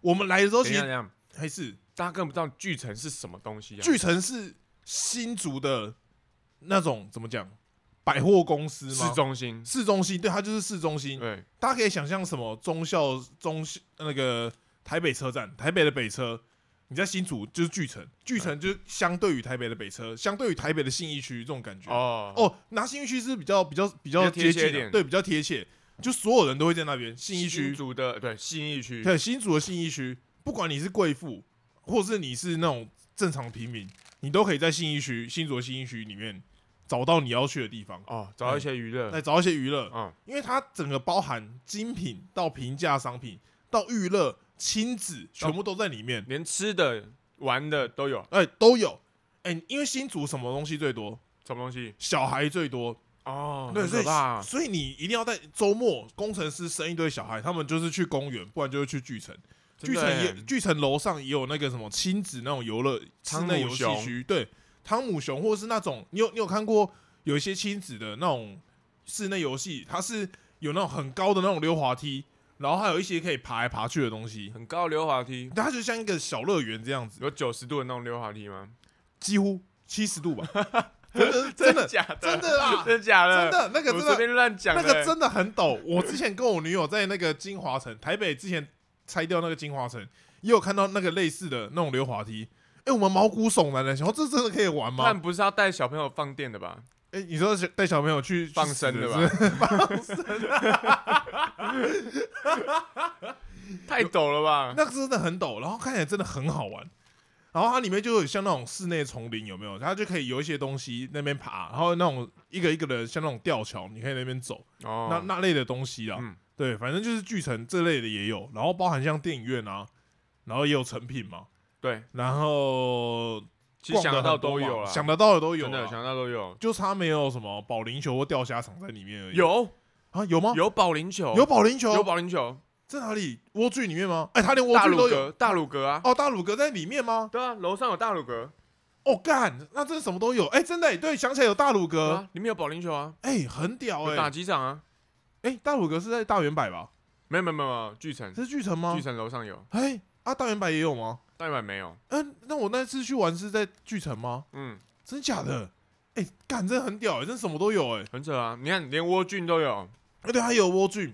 [SPEAKER 1] 我们来的时候
[SPEAKER 2] 等
[SPEAKER 1] 其
[SPEAKER 2] 一下，
[SPEAKER 1] 实
[SPEAKER 2] 等一下，
[SPEAKER 1] 还是
[SPEAKER 2] 大家根本不知道巨城是什么东西啊？
[SPEAKER 1] 巨城是新竹的那种怎么讲百货公司吗？
[SPEAKER 2] 市中心，
[SPEAKER 1] 市中心，对，它就是市中心。
[SPEAKER 2] 对，
[SPEAKER 1] 大家可以想象什么中校中校那个台北车站，台北的北车，你在新竹就是巨城，巨城就是相对于台北的北车，相对于台北的信义区这种感觉。
[SPEAKER 2] 哦哦，
[SPEAKER 1] 哦，拿信义区是比较比较比较
[SPEAKER 2] 较贴
[SPEAKER 1] 接
[SPEAKER 2] 切一
[SPEAKER 1] 近
[SPEAKER 2] 点
[SPEAKER 1] 的，对，比较贴切，就所有人都会在那边。信义区，
[SPEAKER 2] 族的对信义区，
[SPEAKER 1] 对，新竹的信义区，不管你是贵妇，或是你是那种正常平民，你都可以在信义区、新竹的信义区里面找到你要去的地方，
[SPEAKER 2] 哦，找
[SPEAKER 1] 哎
[SPEAKER 2] 到一些娱乐，
[SPEAKER 1] 来找一些娱乐。
[SPEAKER 2] 嗯，
[SPEAKER 1] 因为它整个包含精品到平价商品到娱乐、亲子，全部都在里面，
[SPEAKER 2] 连吃的、玩的都有，
[SPEAKER 1] 哎、都有。哎、因为新竹什么东西最多？
[SPEAKER 2] 什么东西？
[SPEAKER 1] 小孩最多，
[SPEAKER 2] 哦，
[SPEAKER 1] 对，
[SPEAKER 2] 很
[SPEAKER 1] 所
[SPEAKER 2] 可
[SPEAKER 1] 以
[SPEAKER 2] 怕，
[SPEAKER 1] 所以你一定要在周末，工程师生一堆小孩，他们就是去公园，不然就是去巨城。
[SPEAKER 2] 真
[SPEAKER 1] 巨
[SPEAKER 2] 的欸
[SPEAKER 1] 城也
[SPEAKER 2] 耶
[SPEAKER 1] 巨城楼上也有那个什么亲子那种游乐室
[SPEAKER 2] 汤姆
[SPEAKER 1] 内游戏
[SPEAKER 2] 熊
[SPEAKER 1] 区，对，汤姆熊或是那种你有你有看过有一些亲子的那种室内游戏，它是有那种很高的那种溜滑梯，然后还有一些可以爬来爬去的东西，
[SPEAKER 2] 很高的溜滑梯，
[SPEAKER 1] 它就像一个小乐园这样子，
[SPEAKER 2] 有九十度的那种溜滑梯吗？
[SPEAKER 1] 几乎七十度 吧，真的 真的
[SPEAKER 2] 假的？
[SPEAKER 1] 真的啦，
[SPEAKER 2] 真的假
[SPEAKER 1] 真
[SPEAKER 2] 的？
[SPEAKER 1] 的那个
[SPEAKER 2] 我
[SPEAKER 1] 真
[SPEAKER 2] 随
[SPEAKER 1] 的
[SPEAKER 2] 便乱讲
[SPEAKER 1] 那
[SPEAKER 2] 的，
[SPEAKER 1] 个真的很陡。我之前跟我女友在那个金华城，台北之前拆掉那个金华城，也有看到那个类似的那种溜滑梯。哎、我们毛骨悚然的，想说这真的可以玩吗
[SPEAKER 2] 但？不是要带小朋友放电的吧？
[SPEAKER 1] 哎、你说是带小朋友去
[SPEAKER 2] 放生的？吧
[SPEAKER 1] 去死是不是 啊
[SPEAKER 2] 太陡了吧？
[SPEAKER 1] 那个真的很陡，然后看起来真的很好玩。然后它里面就有像那种室内丛林，有没有？它就可以有一些东西那边爬，然后那种一个一个的，像那种吊桥，你可以那边走。
[SPEAKER 2] 哦，
[SPEAKER 1] 那那类的东西啦。
[SPEAKER 2] 嗯
[SPEAKER 1] 对，反正就是巨城这类的也有，然后包含像电影院啊，然后也有成品嘛，
[SPEAKER 2] 对，
[SPEAKER 1] 然后
[SPEAKER 2] 其实想
[SPEAKER 1] 逛得
[SPEAKER 2] 得到
[SPEAKER 1] 很
[SPEAKER 2] 都
[SPEAKER 1] 多嘛
[SPEAKER 2] 有了，
[SPEAKER 1] 想得到的都有啊
[SPEAKER 2] 真的
[SPEAKER 1] 啦，
[SPEAKER 2] 想得到都有，
[SPEAKER 1] 就差没有什么保龄球或钓虾场在里面而已。
[SPEAKER 2] 有
[SPEAKER 1] 啊？有吗？
[SPEAKER 2] 有保龄球，
[SPEAKER 1] 有保龄
[SPEAKER 2] 有
[SPEAKER 1] 球？
[SPEAKER 2] 保龄球，
[SPEAKER 1] 在哪里？蜗苣里面吗？哎，他连蜗
[SPEAKER 2] 大
[SPEAKER 1] 苣
[SPEAKER 2] 鲁
[SPEAKER 1] 都有
[SPEAKER 2] 阁，大鲁阁啊，
[SPEAKER 1] 哦，大鲁阁在里面吗？
[SPEAKER 2] 对啊，楼上有大鲁阁，
[SPEAKER 1] 哦，干，那真的什么都有。哎，真的耶，对，想起来有大鲁
[SPEAKER 2] 对
[SPEAKER 1] 阁，
[SPEAKER 2] 啊，里面有保龄球啊，
[SPEAKER 1] 哎，很屌
[SPEAKER 2] 有打
[SPEAKER 1] 哎。
[SPEAKER 2] 机场啊，
[SPEAKER 1] 哎，大鲁阁是在大圆柏吧？
[SPEAKER 2] 没有没有没有没有，巨城，
[SPEAKER 1] 这是巨城吗
[SPEAKER 2] 嗯巨？城楼上有，
[SPEAKER 1] 哎，啊，大圆柏也有吗？
[SPEAKER 2] 大阪没有，
[SPEAKER 1] 嗯，那我那次去玩是在巨城吗？
[SPEAKER 2] 嗯，
[SPEAKER 1] 真假的？哎、干，真的很屌哎、真什么都有哎、
[SPEAKER 2] 很扯啊，你看连蜗苣都有，
[SPEAKER 1] 而且还有蜗苣，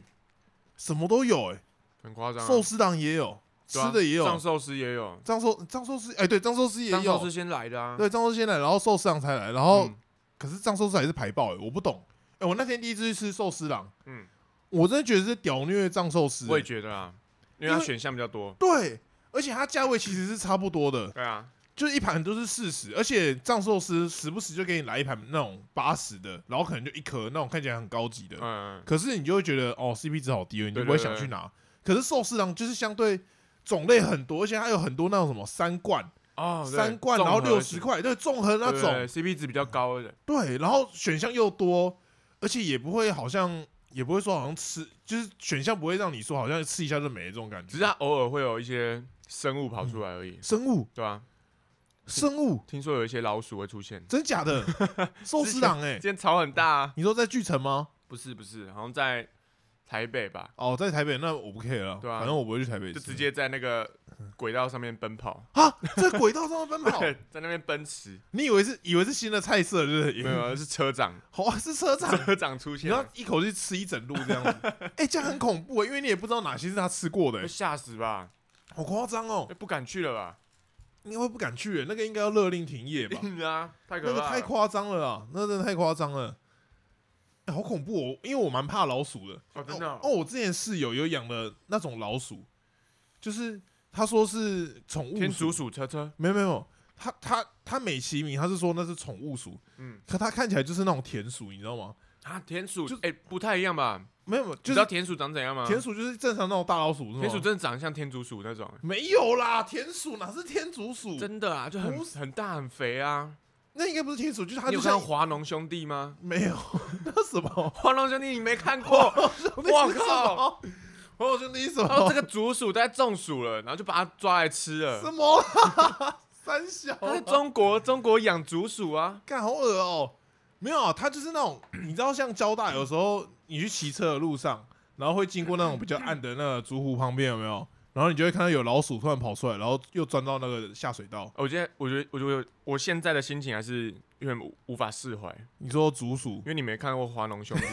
[SPEAKER 1] 什么都有哎、
[SPEAKER 2] 很夸张啊，
[SPEAKER 1] 寿司档也有，吃
[SPEAKER 2] 对啊
[SPEAKER 1] 的也有
[SPEAKER 2] 藏，寿司也有，
[SPEAKER 1] 张寿张寿司哎、对，张寿司也
[SPEAKER 2] 藏寿司
[SPEAKER 1] 有，
[SPEAKER 2] 先来的啊，
[SPEAKER 1] 对，张寿司先来，然后寿司档才来，然后、
[SPEAKER 2] 嗯，
[SPEAKER 1] 可是张寿司还是排爆哎、我不懂哎、我那天第一次去吃寿司档，
[SPEAKER 2] 嗯，
[SPEAKER 1] 我真的觉得是屌虐藏寿司、
[SPEAKER 2] 我也
[SPEAKER 1] 哎
[SPEAKER 2] 觉得啊，因
[SPEAKER 1] 因
[SPEAKER 2] 为它
[SPEAKER 1] 为
[SPEAKER 2] 选项比较多，
[SPEAKER 1] 对，而且它价位其实是差不多的，
[SPEAKER 2] 对啊，
[SPEAKER 1] 就一盘都是四十，而且藏寿司时不时就给你来一盘那种八十的，然后可能就一颗那种看起来很高级的，
[SPEAKER 2] 嗯，嗯
[SPEAKER 1] 可是你就会觉得哦，CP 值好低哦，你就
[SPEAKER 2] 对
[SPEAKER 1] 不会
[SPEAKER 2] 对
[SPEAKER 1] 想
[SPEAKER 2] 对
[SPEAKER 1] 去拿。可是寿司郎就是相对种类很多，而且它有很多那种什么三罐、
[SPEAKER 2] 哦，对
[SPEAKER 1] 三罐，然后
[SPEAKER 2] 综合
[SPEAKER 1] 六
[SPEAKER 2] 型
[SPEAKER 1] 十块，对，综合那
[SPEAKER 2] 对
[SPEAKER 1] 种，
[SPEAKER 2] CP 值比较高的，
[SPEAKER 1] 对，然后选项又多，而且也不会好像也不会说好像吃，就是选项不会让你说好像吃一下就没这种感觉。嗯
[SPEAKER 2] 只是它偶尔会有一些生物跑出来而已，
[SPEAKER 1] 生物，
[SPEAKER 2] 对吧？啊
[SPEAKER 1] 生物，
[SPEAKER 2] 听说有一些老鼠会出现。
[SPEAKER 1] 真假 的？寿司郎哎、
[SPEAKER 2] 今天潮很大、啊，
[SPEAKER 1] 你说在巨城吗？
[SPEAKER 2] 不是不是，好像在台北吧，
[SPEAKER 1] 哦，在台北，那我不 care 了，
[SPEAKER 2] 对啊
[SPEAKER 1] 反正我不会去台北吃，
[SPEAKER 2] 就直接在那个
[SPEAKER 1] 嗯
[SPEAKER 2] 轨道上面奔跑，
[SPEAKER 1] 啊，在轨道上奔跑，
[SPEAKER 2] 对， 在那边 奔驰。
[SPEAKER 1] 你以为是以为是新的菜色，是不是？
[SPEAKER 2] 没有，是车长，
[SPEAKER 1] 好啊，是车长，
[SPEAKER 2] 车长出
[SPEAKER 1] 你
[SPEAKER 2] 现
[SPEAKER 1] 要
[SPEAKER 2] 了，
[SPEAKER 1] 一口气吃一整路这样子， 哎、这样很恐怖、欸，因为你也不知道哪些是他吃过的、
[SPEAKER 2] 会
[SPEAKER 1] 欸，
[SPEAKER 2] 吓死吧？
[SPEAKER 1] 好夸张哦
[SPEAKER 2] 哎，不敢去了吧？
[SPEAKER 1] 应该会不敢去、欸，那个应该要勒令停业吧？
[SPEAKER 2] 硬啊，太 可
[SPEAKER 1] 那个
[SPEAKER 2] 怕
[SPEAKER 1] 太
[SPEAKER 2] 了。
[SPEAKER 1] 夸张了啊，那真的太夸张了、欸好恐怖哦！因为我蛮怕老鼠的。
[SPEAKER 2] 哦，真的
[SPEAKER 1] 哦，
[SPEAKER 2] 哦，
[SPEAKER 1] 我之前室友有养了那种老鼠，就是他说是宠物
[SPEAKER 2] 天竺，鼠车车，
[SPEAKER 1] 没有没有没有，他他他美其名他是说那是宠物鼠，
[SPEAKER 2] 嗯
[SPEAKER 1] 可它看起来就是那种田鼠，你知道吗？
[SPEAKER 2] 啊，田鼠
[SPEAKER 1] 就，
[SPEAKER 2] 哎，不太一样吧？
[SPEAKER 1] 没有，没有
[SPEAKER 2] 你
[SPEAKER 1] 就
[SPEAKER 2] 知道
[SPEAKER 1] 是
[SPEAKER 2] 田鼠长怎样吗？
[SPEAKER 1] 田鼠就是正常那种大老鼠，是吗
[SPEAKER 2] 田鼠真的长得像天竺鼠那种，
[SPEAKER 1] 没有啦，田鼠哪是天竺鼠？
[SPEAKER 2] 真的啊，就很
[SPEAKER 1] 不
[SPEAKER 2] 很大很肥啊。
[SPEAKER 1] 那应该不是田鼠，就是它
[SPEAKER 2] 你
[SPEAKER 1] 就
[SPEAKER 2] 有看
[SPEAKER 1] 像
[SPEAKER 2] 华农兄弟吗？
[SPEAKER 1] 没有 那什么，
[SPEAKER 2] 华农兄弟你没看 过？我靠！哦
[SPEAKER 1] 我兄弟是什
[SPEAKER 2] 他说
[SPEAKER 1] 么
[SPEAKER 2] 这个竹鼠在中暑了，然后就把它抓来吃
[SPEAKER 1] 什
[SPEAKER 2] 了。
[SPEAKER 1] 么啦三小啊
[SPEAKER 2] 他在中国，中国养竹鼠啊，
[SPEAKER 1] 干好恶哦、没有、啊，它就是那种你知道，像交大有时候你去骑车的路上，然后会经过那种比较暗的那个竹湖旁边，有没有？然后你就会看到有老鼠突然跑出来，然后又钻到那个下水道。
[SPEAKER 2] 哦我觉得，我觉得，我觉得我现在的心情还是有点无无法释怀，
[SPEAKER 1] 你说竹鼠
[SPEAKER 2] 因为你没看过《华农兄弟》，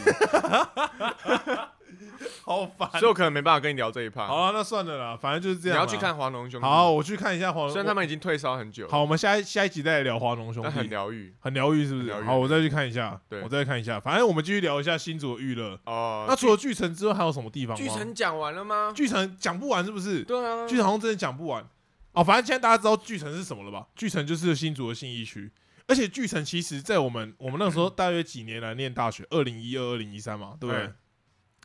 [SPEAKER 1] 好烦
[SPEAKER 2] 所以我可能没办法跟你聊这一趴。
[SPEAKER 1] 好啊，那算了啦，反正就是这
[SPEAKER 2] 啊你
[SPEAKER 1] 样。
[SPEAKER 2] 要去看《？华农兄弟》，
[SPEAKER 1] 好，，我去看一下黄。
[SPEAKER 2] 虽然他们已经退烧很久，
[SPEAKER 1] 好，我们下一下一集再来聊华农兄
[SPEAKER 2] 但很
[SPEAKER 1] 弟，
[SPEAKER 2] 疗愈
[SPEAKER 1] 很疗愈是不是
[SPEAKER 2] 很疗？愈
[SPEAKER 1] 好，我再去看一下，
[SPEAKER 2] 对
[SPEAKER 1] 我再看一下。反正我们继续聊一下新竹的娱乐。
[SPEAKER 2] 哦。
[SPEAKER 1] 那除了巨城之外，还有什么地方吗？
[SPEAKER 2] 剧城讲完了吗？
[SPEAKER 1] 巨城讲不完是不是？
[SPEAKER 2] 对啊，
[SPEAKER 1] 巨城好像真的讲不完。哦，反正现在大家知道巨城是什么了吧？巨城就是新竹的信义区，而且巨城其实，在我们我们那时候大约几年来念大学，二零一二、二零一三嘛，对不对
[SPEAKER 2] 嗯？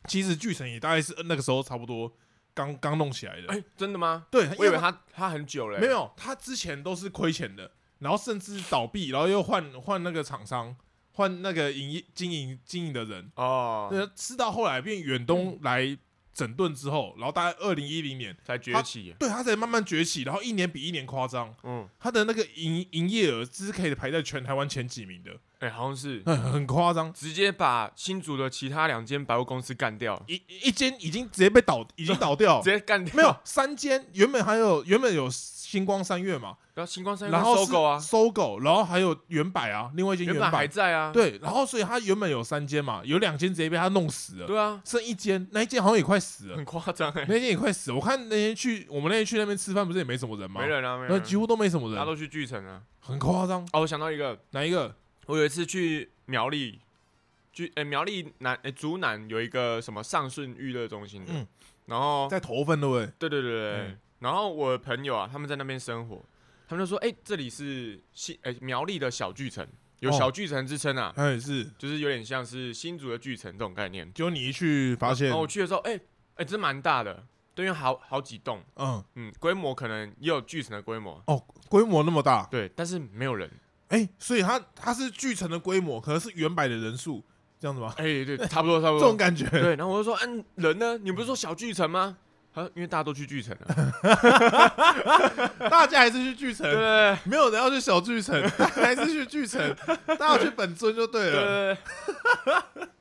[SPEAKER 1] 其实巨城也大概是那个时候差不多刚刚弄起来的。
[SPEAKER 2] 哎，真的吗？
[SPEAKER 1] 对，
[SPEAKER 2] 我
[SPEAKER 1] 因
[SPEAKER 2] 以为
[SPEAKER 1] 为
[SPEAKER 2] 他他很久了，
[SPEAKER 1] 没，有，他之前都是亏钱的，然后甚至倒闭，然后又换换那个厂商，换那个营业经营经营的人，
[SPEAKER 2] 哦，
[SPEAKER 1] 那吃到后来变远东来整顿之后，然后大概二零一零年，
[SPEAKER 2] 才崛起，
[SPEAKER 1] 对他才慢慢崛起，然后一年比一年夸张，
[SPEAKER 2] 嗯，
[SPEAKER 1] 他的那个营营业额是可以排在全台湾前几名的，
[SPEAKER 2] 哎，好像是
[SPEAKER 1] 很很夸张。
[SPEAKER 2] 直接把新竹的其他两间百货公司干掉，
[SPEAKER 1] 一一间已经直接被倒，已经倒掉
[SPEAKER 2] 直，接干掉，
[SPEAKER 1] 哦没有三间，原本还有原本有星光三月嘛，
[SPEAKER 2] 然后星光三月
[SPEAKER 1] 然后
[SPEAKER 2] 收
[SPEAKER 1] 是
[SPEAKER 2] 购啊，
[SPEAKER 1] 搜狗，然后还有原百啊，另外一间
[SPEAKER 2] 原本还
[SPEAKER 1] 百，
[SPEAKER 2] 在啊，
[SPEAKER 1] 对，然后所以他原本有三间嘛，有两间直接被他弄死了，
[SPEAKER 2] 对啊，
[SPEAKER 1] 剩一间，那一间好像也快死了，
[SPEAKER 2] 很夸张哎，
[SPEAKER 1] 那一间也快死了。我看那天去我们那天去那边吃饭，不是也没什么人吗？
[SPEAKER 2] 没人啊，没
[SPEAKER 1] 那
[SPEAKER 2] 人
[SPEAKER 1] 几，乎都没什么
[SPEAKER 2] 大家
[SPEAKER 1] 人，
[SPEAKER 2] 都去巨城啊。
[SPEAKER 1] 很夸张。
[SPEAKER 2] 哦，我想到一个，
[SPEAKER 1] 哪一个？
[SPEAKER 2] 我有一次去苗栗，去哎苗栗南哎竹南有一个什么上顺娱乐中心的
[SPEAKER 1] 嗯，
[SPEAKER 2] 然后
[SPEAKER 1] 在头份对不对？
[SPEAKER 2] 对对对对，
[SPEAKER 1] 嗯
[SPEAKER 2] 然后我的朋友啊，他们在那边生活，他们就说，哎、这里是新哎、苗栗的小巨城，有
[SPEAKER 1] 哦
[SPEAKER 2] 小巨城之称啊，
[SPEAKER 1] 他也哎是，
[SPEAKER 2] 就是有点像是新竹的巨城这种概念。
[SPEAKER 1] 结果你一去发现
[SPEAKER 2] 然后，我去的时候，哎、哎、真蛮大的，对，因为好好几栋，
[SPEAKER 1] 嗯，
[SPEAKER 2] 嗯，规模可能也有巨城的规模，
[SPEAKER 1] 哦，规模那么大，
[SPEAKER 2] 对，但是没有人。
[SPEAKER 1] 哎，所以它它是巨城的规模，可能是原百的人数，这样子吗？
[SPEAKER 2] 哎、对，差不多差 不
[SPEAKER 1] 这
[SPEAKER 2] 多
[SPEAKER 1] 种。感觉，
[SPEAKER 2] 对，然后我就说，嗯、人呢？你不是说小巨城吗？他说因为大家都去巨城 了，
[SPEAKER 1] 大家还是去巨
[SPEAKER 2] 对
[SPEAKER 1] 城，
[SPEAKER 2] 对
[SPEAKER 1] 没有人要去小巨城，大家还是去巨 城，大家去本尊就对
[SPEAKER 2] 对
[SPEAKER 1] 了。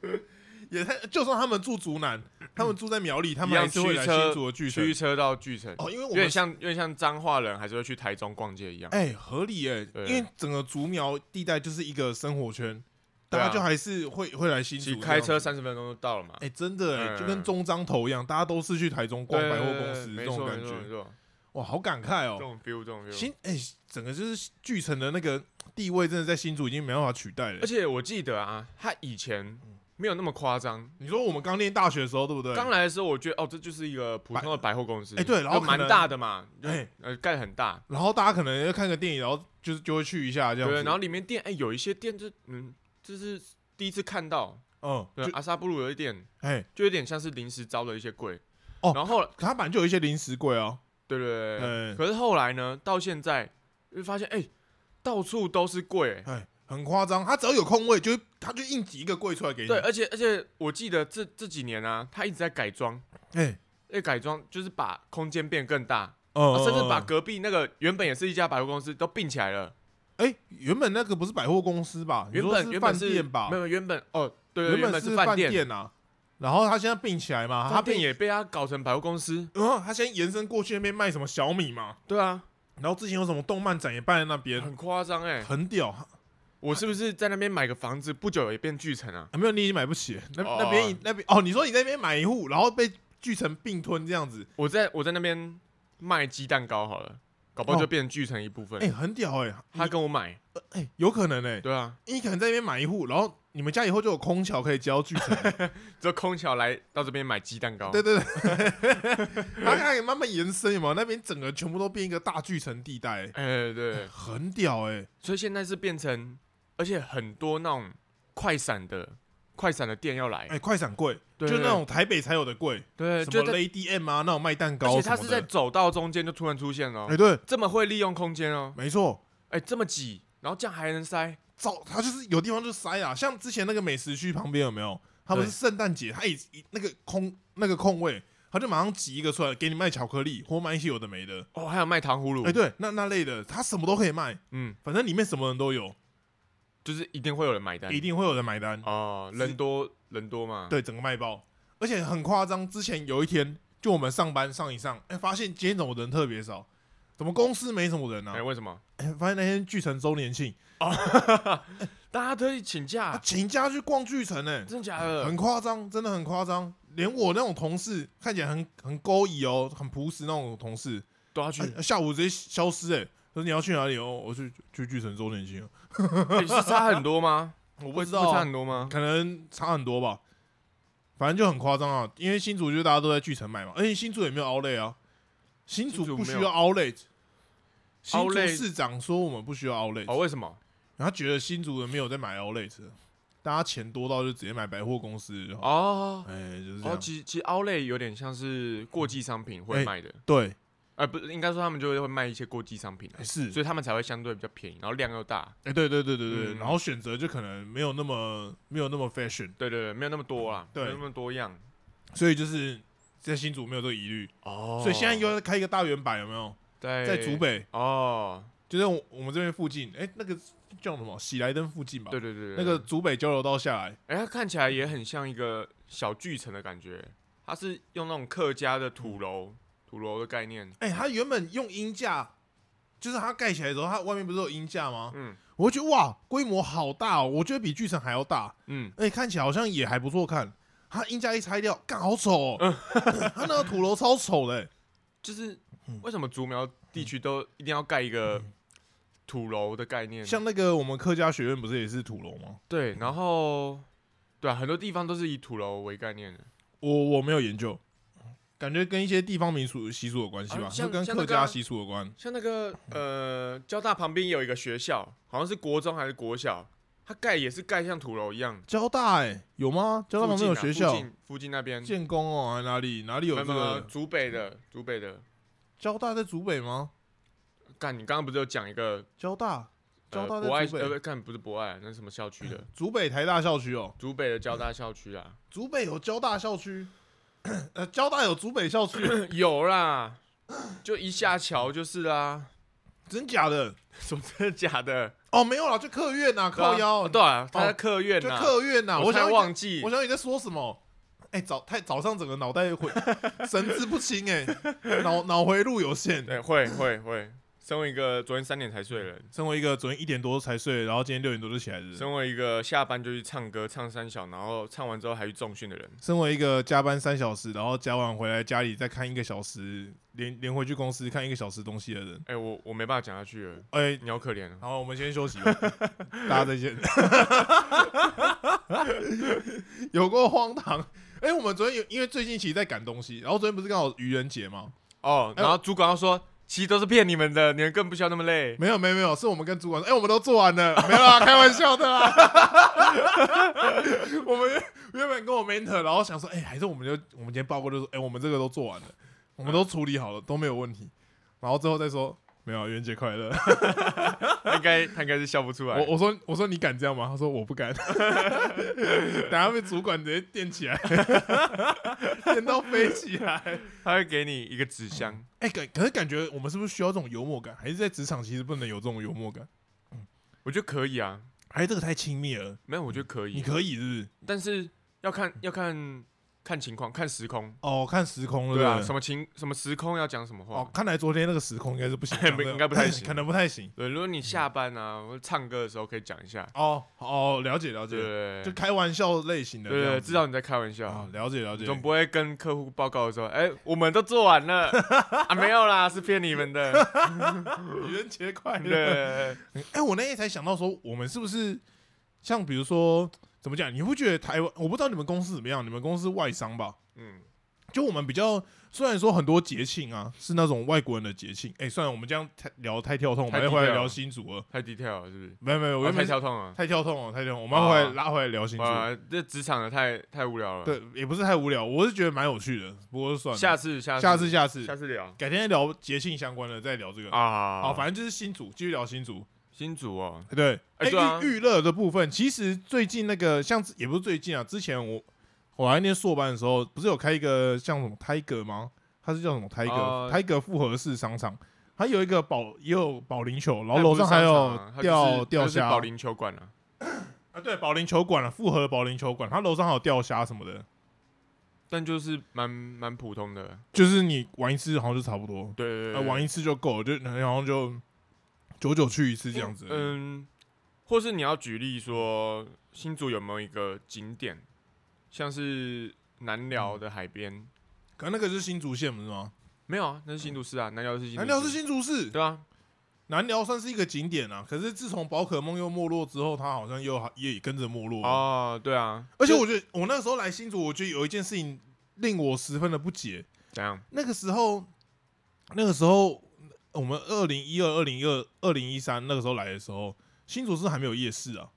[SPEAKER 2] 对，
[SPEAKER 1] 也太，就算他们住竹南，他们住在苗栗，他
[SPEAKER 2] 嗯一
[SPEAKER 1] 们
[SPEAKER 2] 样
[SPEAKER 1] 还是会来
[SPEAKER 2] 驱车
[SPEAKER 1] 新竹的巨
[SPEAKER 2] 对驱
[SPEAKER 1] 城。
[SPEAKER 2] 车到巨城，
[SPEAKER 1] 哦，因为我
[SPEAKER 2] 有点
[SPEAKER 1] 们
[SPEAKER 2] 像有点像彰化人还是会去台中逛街一样。
[SPEAKER 1] 哎合理哎，
[SPEAKER 2] 对
[SPEAKER 1] 因为整个竹苗地带就是一个生活圈，大
[SPEAKER 2] 对啊
[SPEAKER 1] 家就还是会会来新
[SPEAKER 2] 其实
[SPEAKER 1] 竹。
[SPEAKER 2] 开车三十分钟就到了嘛。
[SPEAKER 1] 哎、真的哎、
[SPEAKER 2] 嗯
[SPEAKER 1] 就跟中彰投一样，大家都是去台中逛
[SPEAKER 2] 对
[SPEAKER 1] 百货公司
[SPEAKER 2] 没
[SPEAKER 1] 这种
[SPEAKER 2] 错
[SPEAKER 1] 感
[SPEAKER 2] 没错没
[SPEAKER 1] 觉，哦
[SPEAKER 2] 错
[SPEAKER 1] 哇，好感慨
[SPEAKER 2] 这
[SPEAKER 1] 哦、
[SPEAKER 2] 种 feel 这种 feel。
[SPEAKER 1] 新哎、整个就是巨城的那个地位，真的在新竹已经没办法取代了
[SPEAKER 2] 而。且我记得啊，他以前没有那么夸张。
[SPEAKER 1] 你说我们刚念大学的时候，对不对？
[SPEAKER 2] 刚来的时候，我觉得哦，这就是一个普通的百货公司，
[SPEAKER 1] 哎对然后
[SPEAKER 2] 就
[SPEAKER 1] 可能
[SPEAKER 2] 蛮大的嘛，
[SPEAKER 1] 哎、
[SPEAKER 2] 呃，盖很大，
[SPEAKER 1] 然后大家可能要看个电影，然后就是就会去一下这样子。
[SPEAKER 2] 对，然后里面店，哎，有一些店就嗯，就是第一次看到，
[SPEAKER 1] 嗯，
[SPEAKER 2] 对，啊
[SPEAKER 1] 就
[SPEAKER 2] 阿萨布鲁有一点，
[SPEAKER 1] 哎、
[SPEAKER 2] 就有点像是临时招的一些柜，
[SPEAKER 1] 哦
[SPEAKER 2] 然后后来
[SPEAKER 1] 可它本来就有一些零食柜啊，
[SPEAKER 2] 对对对对，
[SPEAKER 1] 哎
[SPEAKER 2] 可是后来呢，到现在就发现，哎，到处都是柜，哎
[SPEAKER 1] 哎、很夸张。它只要有空位，就它就硬挤一个柜出来给你。
[SPEAKER 2] 对，而且而且我记得这这几年啊，他一直在改装，
[SPEAKER 1] 哎、
[SPEAKER 2] 哎，改装就是把空间变更大，
[SPEAKER 1] 呃
[SPEAKER 2] 啊甚至把
[SPEAKER 1] 呃
[SPEAKER 2] 隔壁那个原本也是一家百货公司都并起来了。
[SPEAKER 1] 哎、原本那个不是百货公司吧？你
[SPEAKER 2] 原
[SPEAKER 1] 说
[SPEAKER 2] 本
[SPEAKER 1] 是
[SPEAKER 2] 原本
[SPEAKER 1] 饭
[SPEAKER 2] 是
[SPEAKER 1] 店吧
[SPEAKER 2] 没？有原本哦，对，对
[SPEAKER 1] 原
[SPEAKER 2] 本
[SPEAKER 1] 是
[SPEAKER 2] 是饭店，
[SPEAKER 1] 店啊，然后他现在并起来嘛，他
[SPEAKER 2] 他并
[SPEAKER 1] 并，呃
[SPEAKER 2] 也被他搞成百货公司。
[SPEAKER 1] 然后他先延伸过去那边卖什么小米嘛，
[SPEAKER 2] 对啊，
[SPEAKER 1] 然后之前有什么动漫展也办在那边，
[SPEAKER 2] 很夸张哎！
[SPEAKER 1] 很屌。啊
[SPEAKER 2] 我是不是在那边买个房子，不久也变巨城啊？
[SPEAKER 1] 没有，你已经买不起，那
[SPEAKER 2] 哦
[SPEAKER 1] 那边那边哦，你说你在那边买一户，然后被巨城并吞这样子，
[SPEAKER 2] 我在我在那边卖鸡蛋糕好了，搞不好
[SPEAKER 1] 哦
[SPEAKER 2] 就变成巨城一部分。
[SPEAKER 1] 哎，很屌哎，
[SPEAKER 2] 他跟我买，
[SPEAKER 1] 哎，有可能哎，
[SPEAKER 2] 对啊，
[SPEAKER 1] 你可能在那边买一户，然后你们家以后就有空调可以交巨 城，
[SPEAKER 2] 这空桥来到这边买鸡蛋糕，
[SPEAKER 1] 对对对， 他可以慢慢延伸嘛，那边整个全部都变一个大巨城地带，哎
[SPEAKER 2] 哎、对，
[SPEAKER 1] 很屌哎，
[SPEAKER 2] 所以现在是变成，而且很多那种快闪的快闪的店要来，
[SPEAKER 1] 哎，快闪贵，
[SPEAKER 2] 对
[SPEAKER 1] 就
[SPEAKER 2] 对
[SPEAKER 1] 那种台北才有的贵，
[SPEAKER 2] 对，
[SPEAKER 1] 什
[SPEAKER 2] 就
[SPEAKER 1] 么
[SPEAKER 2] 在，
[SPEAKER 1] Lady M 啊，那种卖蛋糕
[SPEAKER 2] 而
[SPEAKER 1] 什么
[SPEAKER 2] 且
[SPEAKER 1] 的，
[SPEAKER 2] 它是在走道中间就突然出现了哦、
[SPEAKER 1] 哎、对，
[SPEAKER 2] 这么会利用空间哦，
[SPEAKER 1] 没错，
[SPEAKER 2] 哎、这么挤，然后这样还能塞，
[SPEAKER 1] 早它就是有地方就塞啊，像之前那个美食区旁边有没有？他们是圣诞节，他一一那个空那个空位，他就马上挤一个出来给你卖巧克力或卖一些有的没的，
[SPEAKER 2] 哦，还有卖糖葫芦，
[SPEAKER 1] 哎、对，那那类的，他什么都可以卖，
[SPEAKER 2] 嗯，
[SPEAKER 1] 反正里面什么人都有，
[SPEAKER 2] 就是一定会有人买单，
[SPEAKER 1] 一定会有人买单，
[SPEAKER 2] 哦，人多人多嘛，，
[SPEAKER 1] 对，整个卖爆，而且很夸张。之前有一天，就我们上班上一上，哎、发现今天怎么人特别少，怎么公司没什么人啊
[SPEAKER 2] 哎、？为什么？
[SPEAKER 1] 哎、发现那天巨城周年庆，
[SPEAKER 2] 大家特意请假，
[SPEAKER 1] 啊，请假去逛巨城呢、哎
[SPEAKER 2] 真假的？
[SPEAKER 1] 很夸张，真的很夸张。连我那种同事看起来很很勾引哦，很朴实那种同事，
[SPEAKER 2] 都要去，
[SPEAKER 1] 哎下午直接消失哎、说你要去哪里哦？我去去巨城周年庆哦，
[SPEAKER 2] 哎是差很多吗？
[SPEAKER 1] 我
[SPEAKER 2] 我
[SPEAKER 1] 不知道
[SPEAKER 2] 差
[SPEAKER 1] 啊，
[SPEAKER 2] 很多吗？
[SPEAKER 1] 可能差很多吧。反正就很夸张啊，因为新竹就是大家都在巨城买嘛，而且新竹也没有 Outlet 啊，新
[SPEAKER 2] 新
[SPEAKER 1] 竹
[SPEAKER 2] 竹
[SPEAKER 1] 不需
[SPEAKER 2] 没有
[SPEAKER 1] 要 Outlet。新竹
[SPEAKER 2] Outlet
[SPEAKER 1] 市长说我们不需要 Outlet，、
[SPEAKER 2] 哦，为什么？
[SPEAKER 1] 然后他觉得新竹人没有在买 Outlet，的大家钱多到就直接买百货公司就好，
[SPEAKER 2] 哦，
[SPEAKER 1] 哎、就是这样。
[SPEAKER 2] 哦，其其实 Outlet 有点像是过季商品会
[SPEAKER 1] 哎
[SPEAKER 2] 卖的，
[SPEAKER 1] 对，
[SPEAKER 2] 呃，不是，应该说他们就会卖一些过季商品啊、
[SPEAKER 1] 哎是，
[SPEAKER 2] 所以他们才会相对比较便宜，然后量又大。
[SPEAKER 1] 哎、对对对对对，
[SPEAKER 2] 嗯
[SPEAKER 1] 然后选择就可能没有那么没有那么 fashion，
[SPEAKER 2] 对对对，没有那么多啦，
[SPEAKER 1] 对
[SPEAKER 2] 没有那么多样。
[SPEAKER 1] 所以就是在新竹没有这个疑虑，
[SPEAKER 2] 哦哎
[SPEAKER 1] 所以现在又要开一个大圆摆，有没有？
[SPEAKER 2] 在
[SPEAKER 1] 在竹北，
[SPEAKER 2] 哦，
[SPEAKER 1] 就是我我们这边附近，哎、那个叫什么喜来登附近吧？
[SPEAKER 2] 对对对，对
[SPEAKER 1] 那个，竹北交流道下来，
[SPEAKER 2] 哎、它看起来也很像一个小巨城的感觉，它是用那种客家的土楼土楼的概念，
[SPEAKER 1] 哎、它原本用鹰架，就是它盖起来的时候，它外面不是有鹰架吗？
[SPEAKER 2] 嗯
[SPEAKER 1] 我就觉得哇，规模好大哦，我觉得比巨城还要大，
[SPEAKER 2] 嗯，
[SPEAKER 1] 而且看起来好像也还不错看。它鹰架一拆掉，干好丑哦，
[SPEAKER 2] 嗯
[SPEAKER 1] 它那个土楼超丑的、哎
[SPEAKER 2] 就是
[SPEAKER 1] 嗯
[SPEAKER 2] 为什么竹苗地区都一定要盖一个土楼的概念？
[SPEAKER 1] 像那个我们客家学院不是也是土楼吗？
[SPEAKER 2] 对，然后对啊，很多地方都是以土楼为概念的，
[SPEAKER 1] 我我没有研究，感觉跟一些地方民俗习俗有关系吧，
[SPEAKER 2] 啊
[SPEAKER 1] 就
[SPEAKER 2] 像
[SPEAKER 1] 跟
[SPEAKER 2] 像
[SPEAKER 1] 客
[SPEAKER 2] 那个
[SPEAKER 1] 家
[SPEAKER 2] 啊
[SPEAKER 1] 习俗有关。
[SPEAKER 2] 像那个
[SPEAKER 1] 嗯
[SPEAKER 2] 呃，交大旁边有一个学校，好像是国中还是国小，它盖也是盖像土楼一样。
[SPEAKER 1] 交大哎、有吗？交大旁边有
[SPEAKER 2] 附近
[SPEAKER 1] 学
[SPEAKER 2] 啊
[SPEAKER 1] 校
[SPEAKER 2] 附，近附近那边，
[SPEAKER 1] 建工哦，还哪里哪里有
[SPEAKER 2] 没
[SPEAKER 1] 这
[SPEAKER 2] 有没有
[SPEAKER 1] 个？
[SPEAKER 2] 竹北的竹北的。
[SPEAKER 1] 交大在竹北吗？
[SPEAKER 2] 干，你刚刚不是有讲一个
[SPEAKER 1] 交大，交
[SPEAKER 2] 呃
[SPEAKER 1] 大
[SPEAKER 2] 博爱
[SPEAKER 1] 在竹
[SPEAKER 2] 呃
[SPEAKER 1] 北，
[SPEAKER 2] 不干不是博爱，那是什么校 区的？
[SPEAKER 1] 竹北台大校区哦，
[SPEAKER 2] 竹北的交大校区啊，
[SPEAKER 1] 竹北有交大校区， 呃，交大有竹北校 区，
[SPEAKER 2] 有啦，就一下桥就是啦。
[SPEAKER 1] 真假的？
[SPEAKER 2] 说真的假的？
[SPEAKER 1] 哦，没有啦，就客院呐、
[SPEAKER 2] 对 啊
[SPEAKER 1] 靠腰，
[SPEAKER 2] 哦对啊，他在客院
[SPEAKER 1] 就
[SPEAKER 2] 呐，
[SPEAKER 1] 客院呐、
[SPEAKER 2] 我
[SPEAKER 1] 想
[SPEAKER 2] 才
[SPEAKER 1] 忘。
[SPEAKER 2] 忘记
[SPEAKER 1] 我，想你在说什么？哎、早太早上整个脑袋回 神志不清、哎，脑脑回路有限。
[SPEAKER 2] 对，会会会。身为一个昨天三点才睡的人，
[SPEAKER 1] 身为一个昨天一点多才睡，然后今天六点多就起来的人，
[SPEAKER 2] 身为一个下班就去唱歌唱三小，然后唱完之后还去重训的人，
[SPEAKER 1] 身为一个加班三小时，然后加完回来家里再看一个小时，连连回去公司看一个小时东西的人，
[SPEAKER 2] 哎、我我没办法讲下去了，
[SPEAKER 1] 哎、
[SPEAKER 2] 你好可怜啊。
[SPEAKER 1] 好，我们先休息吧，大家再见。有够荒唐！哎、我们昨天有，因为最近其实在赶东西，然后昨天不是刚好愚人节吗？
[SPEAKER 2] 哦，
[SPEAKER 1] 哎
[SPEAKER 2] 然后主管要说，其实都是骗你们的，你们更不需要那么 累。
[SPEAKER 1] 没有没有没有，是我们跟主管说，哎、我们都做完了， 没有啦，开玩笑的啦。 我们原原本跟我 mentor，然后想说，哎、还是我们就我们今天报告就说，哎、我们这个都做完了，我们都处理好了，都没有问题。然后最后再说，没有，元节快乐。
[SPEAKER 2] 他应该他应该是笑不出来。
[SPEAKER 1] 我我说我说你敢这样吗？他说我不敢， 等下被主管直接电起来， 电到飞起来。
[SPEAKER 2] 他会给你一个纸箱，
[SPEAKER 1] 哎、感可是感觉我们是不是需要这种幽默感？还是在职场其实不能有这种幽默感？
[SPEAKER 2] 我觉得可以啊，
[SPEAKER 1] 还是这个太亲密了？
[SPEAKER 2] 没有，我觉得可以。
[SPEAKER 1] 你可以是不是？
[SPEAKER 2] 但是要看要看看情况，看时空，
[SPEAKER 1] 哦，看时空了，
[SPEAKER 2] 对啊，
[SPEAKER 1] 不
[SPEAKER 2] 什么情什么时空要讲什么话。，
[SPEAKER 1] 哦，看来昨天那个时空应该是不行
[SPEAKER 2] 应该不太行
[SPEAKER 1] 可能不太行。
[SPEAKER 2] 对，如果
[SPEAKER 1] 嗯
[SPEAKER 2] 你下班啊或者唱歌的时候可以讲一下，
[SPEAKER 1] 哦哦，了解了解，
[SPEAKER 2] 对，
[SPEAKER 1] 就
[SPEAKER 2] 对
[SPEAKER 1] 开玩笑类型的这样
[SPEAKER 2] 对，
[SPEAKER 1] 子，
[SPEAKER 2] 知道你在开玩
[SPEAKER 1] 啊
[SPEAKER 2] 笑，，
[SPEAKER 1] 了解了
[SPEAKER 2] 你
[SPEAKER 1] 解。
[SPEAKER 2] 总不会跟客户报告的时候，哎，我们都做完了啊，没有啦，是骗你 们的。
[SPEAKER 1] 愚人节快
[SPEAKER 2] 对对，对
[SPEAKER 1] 哎、我那天才想到说，我们是不是像比如说怎么讲？你会觉得台湾，我不知道你们公司怎么样，你们公司外商吧？
[SPEAKER 2] 嗯，
[SPEAKER 1] 就我们比较，虽然说很多节庆啊是那种外国人的节庆，哎、虽然我们这样太聊得太跳痛，我们
[SPEAKER 2] 太
[SPEAKER 1] 要回来
[SPEAKER 2] 低调
[SPEAKER 1] 聊
[SPEAKER 2] 了
[SPEAKER 1] 新竹了。
[SPEAKER 2] 太低调了，是不是？
[SPEAKER 1] 没有没有，我
[SPEAKER 2] 我
[SPEAKER 1] 原
[SPEAKER 2] 太
[SPEAKER 1] 本是
[SPEAKER 2] 跳痛了，
[SPEAKER 1] 太跳痛了，太跳痛，我们要回来、
[SPEAKER 2] 啊
[SPEAKER 1] 拉回来聊新竹。
[SPEAKER 2] 哇，这职场的太太无聊了。，
[SPEAKER 1] 对，也不是太无聊，我是觉得蛮有趣的，不过就算了，
[SPEAKER 2] 下次下次
[SPEAKER 1] 下次下次
[SPEAKER 2] 下次聊
[SPEAKER 1] 改天聊节庆相关的再聊这个。
[SPEAKER 2] 啊。
[SPEAKER 1] 好，反正就是新竹，继续聊新竹。
[SPEAKER 2] 新竹哦，
[SPEAKER 1] 对，
[SPEAKER 2] 哎对啊
[SPEAKER 1] 娱娱乐的部分，其实最近那个像也不是最近啊，之前我我来念硕班的时候，不是有开一个像什么 Tiger 吗？它是叫什么 Tiger、
[SPEAKER 2] 哦
[SPEAKER 1] Tiger 复合式商场，它有一个保也有保龄球，然
[SPEAKER 2] 然
[SPEAKER 1] 后
[SPEAKER 2] 后
[SPEAKER 1] 楼上还有钓、钓
[SPEAKER 2] 啊是
[SPEAKER 1] 虾
[SPEAKER 2] 保龄球馆啊。
[SPEAKER 1] 啊，对，保龄球馆了、复合的保龄球馆，它楼上还有钓虾什么的，
[SPEAKER 2] 但就是蛮蛮普通的，
[SPEAKER 1] 就是你玩一次好像就差不多，
[SPEAKER 2] 对对
[SPEAKER 1] 呃，玩一次就够了，就然后就久久去一次这样子。
[SPEAKER 2] 嗯，或是你要举例说新竹有没有一个景点，像是南寮的海边、
[SPEAKER 1] 可那个是新竹县不是吗？
[SPEAKER 2] 没有啊？那是新竹市啊，南寮是新竹市，
[SPEAKER 1] 南寮是新竹市，
[SPEAKER 2] 对啊，
[SPEAKER 1] 南寮算是一个景点啊，可是自从宝可梦又没落之后，它好像又也跟着没落了。
[SPEAKER 2] 哦，对啊，
[SPEAKER 1] 而且我觉得我那时候来新竹，我觉得有一件事情令我十分的不解。
[SPEAKER 2] 怎样？
[SPEAKER 1] 那个时候，那个时候我们二零一二、二零二、二零一三那个时候来的时候，新竹是还没有夜市啊。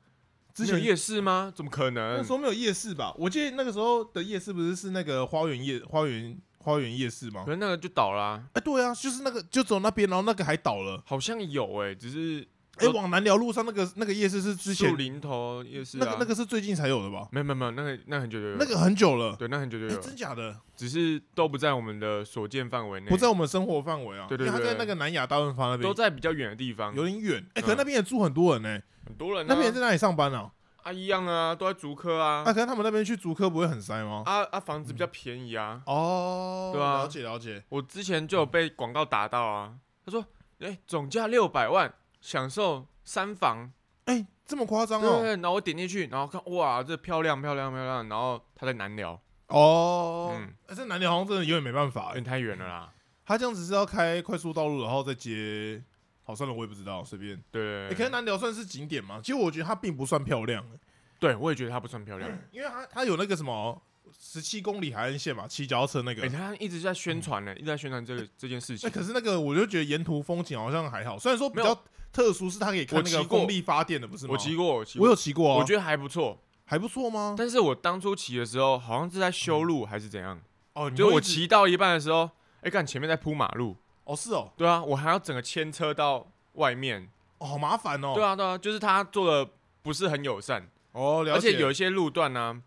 [SPEAKER 1] 之
[SPEAKER 2] 之前
[SPEAKER 1] 前
[SPEAKER 2] 夜市吗？怎么可
[SPEAKER 1] 那
[SPEAKER 2] 能
[SPEAKER 1] 时？候没有夜市吧？我记得那个时候的夜市不是是那个花园夜花园花园夜市吗
[SPEAKER 2] 可？是那个就倒啦、
[SPEAKER 1] 哎、对啊，就是那个就走那边，然后那个还倒了。
[SPEAKER 2] 好像有哎、只是
[SPEAKER 1] 哎、往南寮路上那个那个夜市是之前
[SPEAKER 2] 树林头夜市
[SPEAKER 1] 那
[SPEAKER 2] 啊，
[SPEAKER 1] 个那个是啊最近才有的吧？
[SPEAKER 2] 没有没有没有，那个那个很久就有，
[SPEAKER 1] 那个很久了，
[SPEAKER 2] 对，那很久就
[SPEAKER 1] 哎、
[SPEAKER 2] 有，
[SPEAKER 1] 真假的，
[SPEAKER 2] 只是都不在我们的所见范围内，
[SPEAKER 1] 不在我们生活范围啊。
[SPEAKER 2] 对对
[SPEAKER 1] 因为他
[SPEAKER 2] 对
[SPEAKER 1] 在那个南雅大润发那边
[SPEAKER 2] 都在比较远的地方，
[SPEAKER 1] 有点远，哎、
[SPEAKER 2] 嗯
[SPEAKER 1] 可能那边也住很多人呢、
[SPEAKER 2] 很多人、啊、
[SPEAKER 1] 那边也在那里上班啊。
[SPEAKER 2] 啊一样啊，都在竹科啊
[SPEAKER 1] 那、，可能他们那边去竹科不会很塞吗？
[SPEAKER 2] 啊啊房子
[SPEAKER 1] 嗯
[SPEAKER 2] 比较便宜啊，
[SPEAKER 1] 哦，
[SPEAKER 2] 对啊
[SPEAKER 1] 了解了解。
[SPEAKER 2] 我之前就有被广告打到啊，他说，哎、总价六百万，享受三房，
[SPEAKER 1] 哎、这么夸张
[SPEAKER 2] 对对
[SPEAKER 1] 哦？
[SPEAKER 2] 对，然后我点进去，然后看，哇，这漂亮漂亮漂亮，然后他在南寮，
[SPEAKER 1] 哦，
[SPEAKER 2] 嗯
[SPEAKER 1] 哎这南寮好像真的有点没办法、
[SPEAKER 2] 有
[SPEAKER 1] 哎
[SPEAKER 2] 点太远了啦，
[SPEAKER 1] 他这样子是要开快速道路，然后再接。好，算了，我也不知道，随便。
[SPEAKER 2] 对对
[SPEAKER 1] 哎、
[SPEAKER 2] 对
[SPEAKER 1] 可是南寮算是景点吗？其实我觉得它并不算漂亮、欸
[SPEAKER 2] 对我也觉得它不算漂亮，哎、
[SPEAKER 1] 因为它它有那个什么十七公里海岸线嘛，骑脚踏车那个。
[SPEAKER 2] 他一直在宣传呢、一直在宣传这个这件事
[SPEAKER 1] 嗯那、
[SPEAKER 2] 情，
[SPEAKER 1] 可是那个，我就觉得沿途风景好像还好，虽然说比
[SPEAKER 2] 没
[SPEAKER 1] 较特殊，是它可以看
[SPEAKER 2] 我
[SPEAKER 1] 那
[SPEAKER 2] 骑
[SPEAKER 1] 个
[SPEAKER 2] 过
[SPEAKER 1] 风力发电的，不是吗？
[SPEAKER 2] 我骑过，我骑
[SPEAKER 1] 我
[SPEAKER 2] 过，
[SPEAKER 1] 有骑过、啊，哦
[SPEAKER 2] 我觉得还不错，
[SPEAKER 1] 还不错吗？
[SPEAKER 2] 但是我当初骑的时候好像是在修路还是怎样，
[SPEAKER 1] 哦，嗯你
[SPEAKER 2] 就
[SPEAKER 1] 会
[SPEAKER 2] 我
[SPEAKER 1] 一直
[SPEAKER 2] 骑到一半的时候，哎、看前面在铺马路。
[SPEAKER 1] 哦，是哦，
[SPEAKER 2] 对啊，我还要整个牵车到外面。
[SPEAKER 1] 哦，好麻烦哦。
[SPEAKER 2] 对，啊，对啊，就是他做的不是很友善，
[SPEAKER 1] 哦，了
[SPEAKER 2] 而
[SPEAKER 1] 解。
[SPEAKER 2] 且有一些路段呢、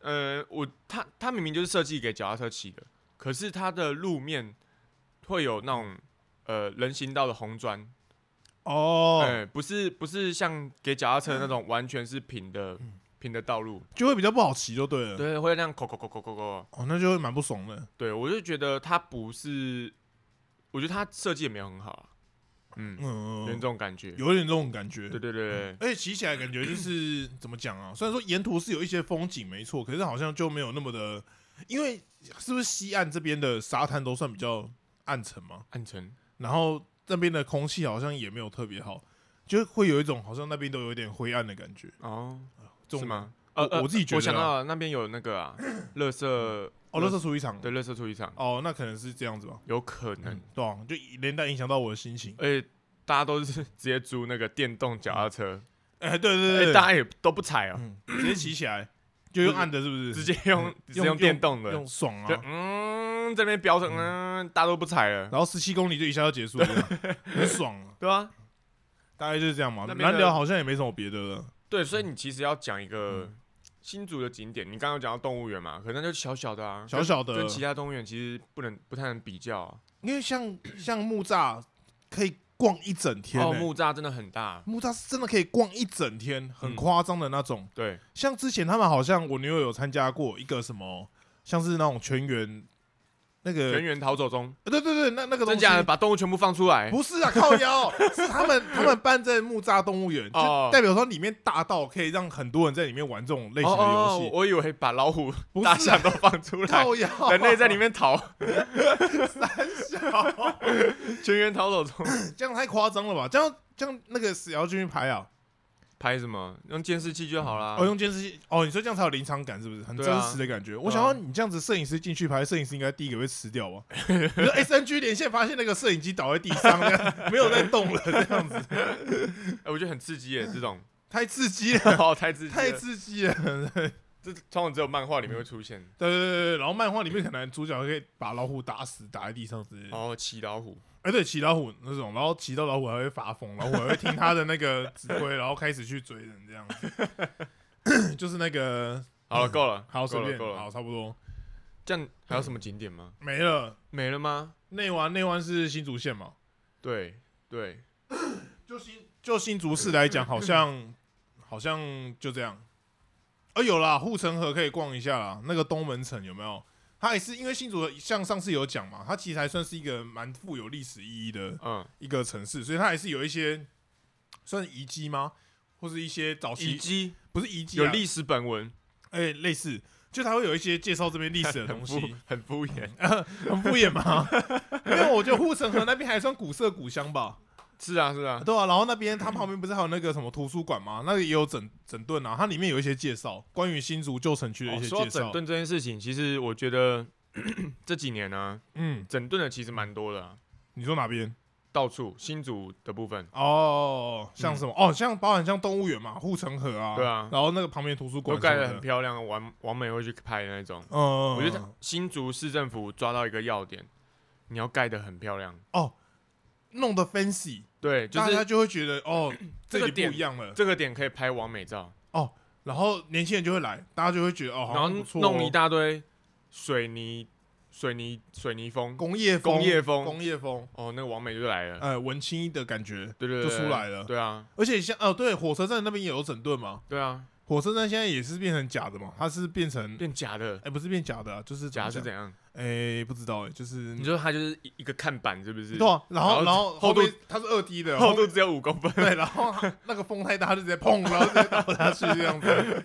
[SPEAKER 2] 呃，我他他明明就是设计给脚踏车骑的，可是它的路面会有那
[SPEAKER 1] 嗯
[SPEAKER 2] 种呃人行道的红砖，
[SPEAKER 1] 哦、嗯
[SPEAKER 2] 哎、不是不是像给脚踏车的那种完全是平的、平的道路，
[SPEAKER 1] 就会比较不好骑就对了。
[SPEAKER 2] 对，会那样扣扣扣扣扣扣，
[SPEAKER 1] 哦，那就会蛮不爽的。
[SPEAKER 2] 对我就觉得它不是，我觉得它设计也没有很好、啊，嗯，
[SPEAKER 1] 嗯，
[SPEAKER 2] 有点这种感觉，
[SPEAKER 1] 有点嗯这种感觉。
[SPEAKER 2] 对对对对。
[SPEAKER 1] 而且骑起来感觉就是怎么讲啊？虽然说沿途是有一些风景没错，可是好像就没有那么的，因为是不是西岸这边的沙滩都算比较暗沉嘛？
[SPEAKER 2] 暗沉，
[SPEAKER 1] 然后那边的空气好像也没有特别好，就会有一种好像那边都有点灰暗的感觉。
[SPEAKER 2] 哦，
[SPEAKER 1] 这种
[SPEAKER 2] 是吗？呃
[SPEAKER 1] 我我自己觉得啊
[SPEAKER 2] 我想到了那边有那个 啊，乐色
[SPEAKER 1] 哦，那是处理厂
[SPEAKER 2] 对乐色处理厂，
[SPEAKER 1] 哦，那可能是这样子吧。
[SPEAKER 2] 有可能
[SPEAKER 1] 嗯，，对啊，就连带影响到我的心情。
[SPEAKER 2] 而且大家都是直接租那个电动脚踏车，
[SPEAKER 1] 哎、对对
[SPEAKER 2] 哎，
[SPEAKER 1] 对，
[SPEAKER 2] 大家也都不踩啊，
[SPEAKER 1] 嗯，直接骑起来就用按的，是不是？
[SPEAKER 2] 直接用
[SPEAKER 1] 嗯
[SPEAKER 2] 直接用电动的，
[SPEAKER 1] 用爽
[SPEAKER 2] 就
[SPEAKER 1] 啊！
[SPEAKER 2] 嗯在那边飙着，嗯嗯，大家都不踩了，
[SPEAKER 1] 然后十七公里就一下就结束了， 这样很爽啊！
[SPEAKER 2] 对啊，
[SPEAKER 1] 大概就是这样嘛。
[SPEAKER 2] 那边的
[SPEAKER 1] 南寮好像也没什么别的了，
[SPEAKER 2] 对，所以你其实要讲一个新竹的景点，你刚刚有讲到动物园嘛，可能就小小的啊，
[SPEAKER 1] 小小的
[SPEAKER 2] 跟，跟其他动物园其实不能不太能比较啊、
[SPEAKER 1] 因为像像木栅可以逛一整天、
[SPEAKER 2] 哦，
[SPEAKER 1] 欸，
[SPEAKER 2] 木栅真的很大，
[SPEAKER 1] 木栅是真的可以逛一整天，很
[SPEAKER 2] 嗯
[SPEAKER 1] 夸张的那种。
[SPEAKER 2] 对，
[SPEAKER 1] 像之前他们好像我女友有参加过一个什么，像是那种全员那个，
[SPEAKER 2] 全员逃走中，
[SPEAKER 1] 呃对对对，那那个东
[SPEAKER 2] 真
[SPEAKER 1] 西
[SPEAKER 2] 假的把动物全部放出来，
[SPEAKER 1] 不是啊，靠 腰是他们他们办在木栅动物园，
[SPEAKER 2] 哦
[SPEAKER 1] 就代表说里面大到可以让很多人在里面玩这种类型的游
[SPEAKER 2] 哦哦
[SPEAKER 1] 戏，
[SPEAKER 2] 我以为把老虎、
[SPEAKER 1] 不
[SPEAKER 2] 大
[SPEAKER 1] 是啊
[SPEAKER 2] 象都放出来，
[SPEAKER 1] 靠腰，
[SPEAKER 2] 人 类在里面逃，
[SPEAKER 1] 面笑，
[SPEAKER 2] 全员逃走中，
[SPEAKER 1] 这样太夸张了吧？这样这样那个死要进去拍啊，
[SPEAKER 2] 拍什么？用监视器就好啦。
[SPEAKER 1] 哦用监视器，哦你说这样才有临场感是不是？很
[SPEAKER 2] 啊对
[SPEAKER 1] 真
[SPEAKER 2] 啊
[SPEAKER 1] 实的感觉。我想要你这样子，摄影师进去拍，摄影师应该第一个被吃掉吧？你说 S N G 连线发现那个摄影机倒在地上，这样没有在动了，这样子
[SPEAKER 2] 哎，我觉得很刺激 耶，这种，
[SPEAKER 1] 太刺激了，
[SPEAKER 2] 哦，太刺激
[SPEAKER 1] 太
[SPEAKER 2] 了，
[SPEAKER 1] 刺激了。
[SPEAKER 2] 这通常只有漫画里面会出现。
[SPEAKER 1] 对对对对，然后漫画里面可能主角可以把老虎打死，打在地上之类的。
[SPEAKER 2] 哦，骑老虎，
[SPEAKER 1] 哎，对，骑老虎那种，然后骑到老虎还会发疯，老虎还会听他的那个指挥，然后开始去追人，这样 子，就是那个
[SPEAKER 2] 好了，够了，
[SPEAKER 1] 好随
[SPEAKER 2] 够了，
[SPEAKER 1] 便，
[SPEAKER 2] 够了。
[SPEAKER 1] 好差不多
[SPEAKER 2] 这样还有什么景点吗？
[SPEAKER 1] 没了。
[SPEAKER 2] 没了吗？
[SPEAKER 1] 内湾内湾是新竹县嘛？
[SPEAKER 2] 对对，
[SPEAKER 1] 就新就新竹市来讲，好像 好像就这样。哦，有啦，护城河可以逛一下啦。那个东门城有没有？它也是因为新竹的，像上次有讲嘛，它其实还算是一个蛮富有历史意义的
[SPEAKER 2] 嗯，
[SPEAKER 1] 一个城市，所以它还是有一些算是遗迹吗？或是一些早
[SPEAKER 2] 遗
[SPEAKER 1] 期
[SPEAKER 2] 迹
[SPEAKER 1] 不是遗迹、啊，
[SPEAKER 2] 有历史本文，
[SPEAKER 1] 哎、类似，就它会有一些介绍这边历史的
[SPEAKER 2] 很
[SPEAKER 1] 东
[SPEAKER 2] 敷
[SPEAKER 1] 西，
[SPEAKER 2] 很敷衍。
[SPEAKER 1] 很敷衍吗？因为我觉得护城河那边还算古色古香吧。
[SPEAKER 2] 是啊是啊，
[SPEAKER 1] 对啊，然后那边它旁边不是还有那个什么图书馆吗？那个也有整整顿啊，它里面有一些介绍关于新竹旧城区的一
[SPEAKER 2] 哦
[SPEAKER 1] 些
[SPEAKER 2] 说到
[SPEAKER 1] 介
[SPEAKER 2] 整
[SPEAKER 1] 绍。
[SPEAKER 2] 顿这件事情，其实我觉得 这几年呢、
[SPEAKER 1] 嗯，
[SPEAKER 2] 整顿的其实蛮多的啊、
[SPEAKER 1] 你说哪边？
[SPEAKER 2] 到处新竹的部分，
[SPEAKER 1] 哦，像什么？哦，像包含像动物园嘛，护城河啊，
[SPEAKER 2] 嗯对啊
[SPEAKER 1] 然后那个旁边图书
[SPEAKER 2] 都
[SPEAKER 1] 馆
[SPEAKER 2] 盖
[SPEAKER 1] 什
[SPEAKER 2] 得
[SPEAKER 1] 么
[SPEAKER 2] 很
[SPEAKER 1] 的，
[SPEAKER 2] 漂亮，王王美会去拍的那种。
[SPEAKER 1] 嗯，我
[SPEAKER 2] 我觉得它新竹市政府抓到一个要点，你要盖得很漂亮。
[SPEAKER 1] 弄得 fancy，
[SPEAKER 2] 对，就
[SPEAKER 1] 大家
[SPEAKER 2] 是
[SPEAKER 1] 就会觉得 哦，
[SPEAKER 2] 这
[SPEAKER 1] 这
[SPEAKER 2] 个
[SPEAKER 1] 里
[SPEAKER 2] 点
[SPEAKER 1] 不一样了。
[SPEAKER 2] 这个点可以拍完美照，
[SPEAKER 1] 然后年轻人就会来，大家就会觉得哦，好
[SPEAKER 2] 然后
[SPEAKER 1] 像不错哦
[SPEAKER 2] 弄一大堆水泥、水泥、水泥风。
[SPEAKER 1] 工业风
[SPEAKER 2] 工业风，
[SPEAKER 1] 工业风，
[SPEAKER 2] 哦，那个王美就来了，
[SPEAKER 1] 呃，文青的感觉。
[SPEAKER 2] 对对对，
[SPEAKER 1] 就出来了
[SPEAKER 2] 对啊，
[SPEAKER 1] 而且像哦，对，火车站那边也有整顿嘛，
[SPEAKER 2] 对啊，
[SPEAKER 1] 火车站现在也是变成假的嘛，它是变成哎、
[SPEAKER 2] 变假的，
[SPEAKER 1] 不是变假的、啊，就是
[SPEAKER 2] 假是
[SPEAKER 1] 怎
[SPEAKER 2] 怎
[SPEAKER 1] 样？
[SPEAKER 2] 样？
[SPEAKER 1] 哎、不知道哎、就是
[SPEAKER 2] 你说它就是一一个看板，是不是？
[SPEAKER 1] 对、 啊，然后
[SPEAKER 2] 然后
[SPEAKER 1] 然后
[SPEAKER 2] 厚度
[SPEAKER 1] 面它是二 D 的，
[SPEAKER 2] 厚
[SPEAKER 1] 后
[SPEAKER 2] 度
[SPEAKER 1] 面
[SPEAKER 2] 只有五公分，
[SPEAKER 1] 对，然后它那个风太大，它就直接砰，然后直接倒下去这样子。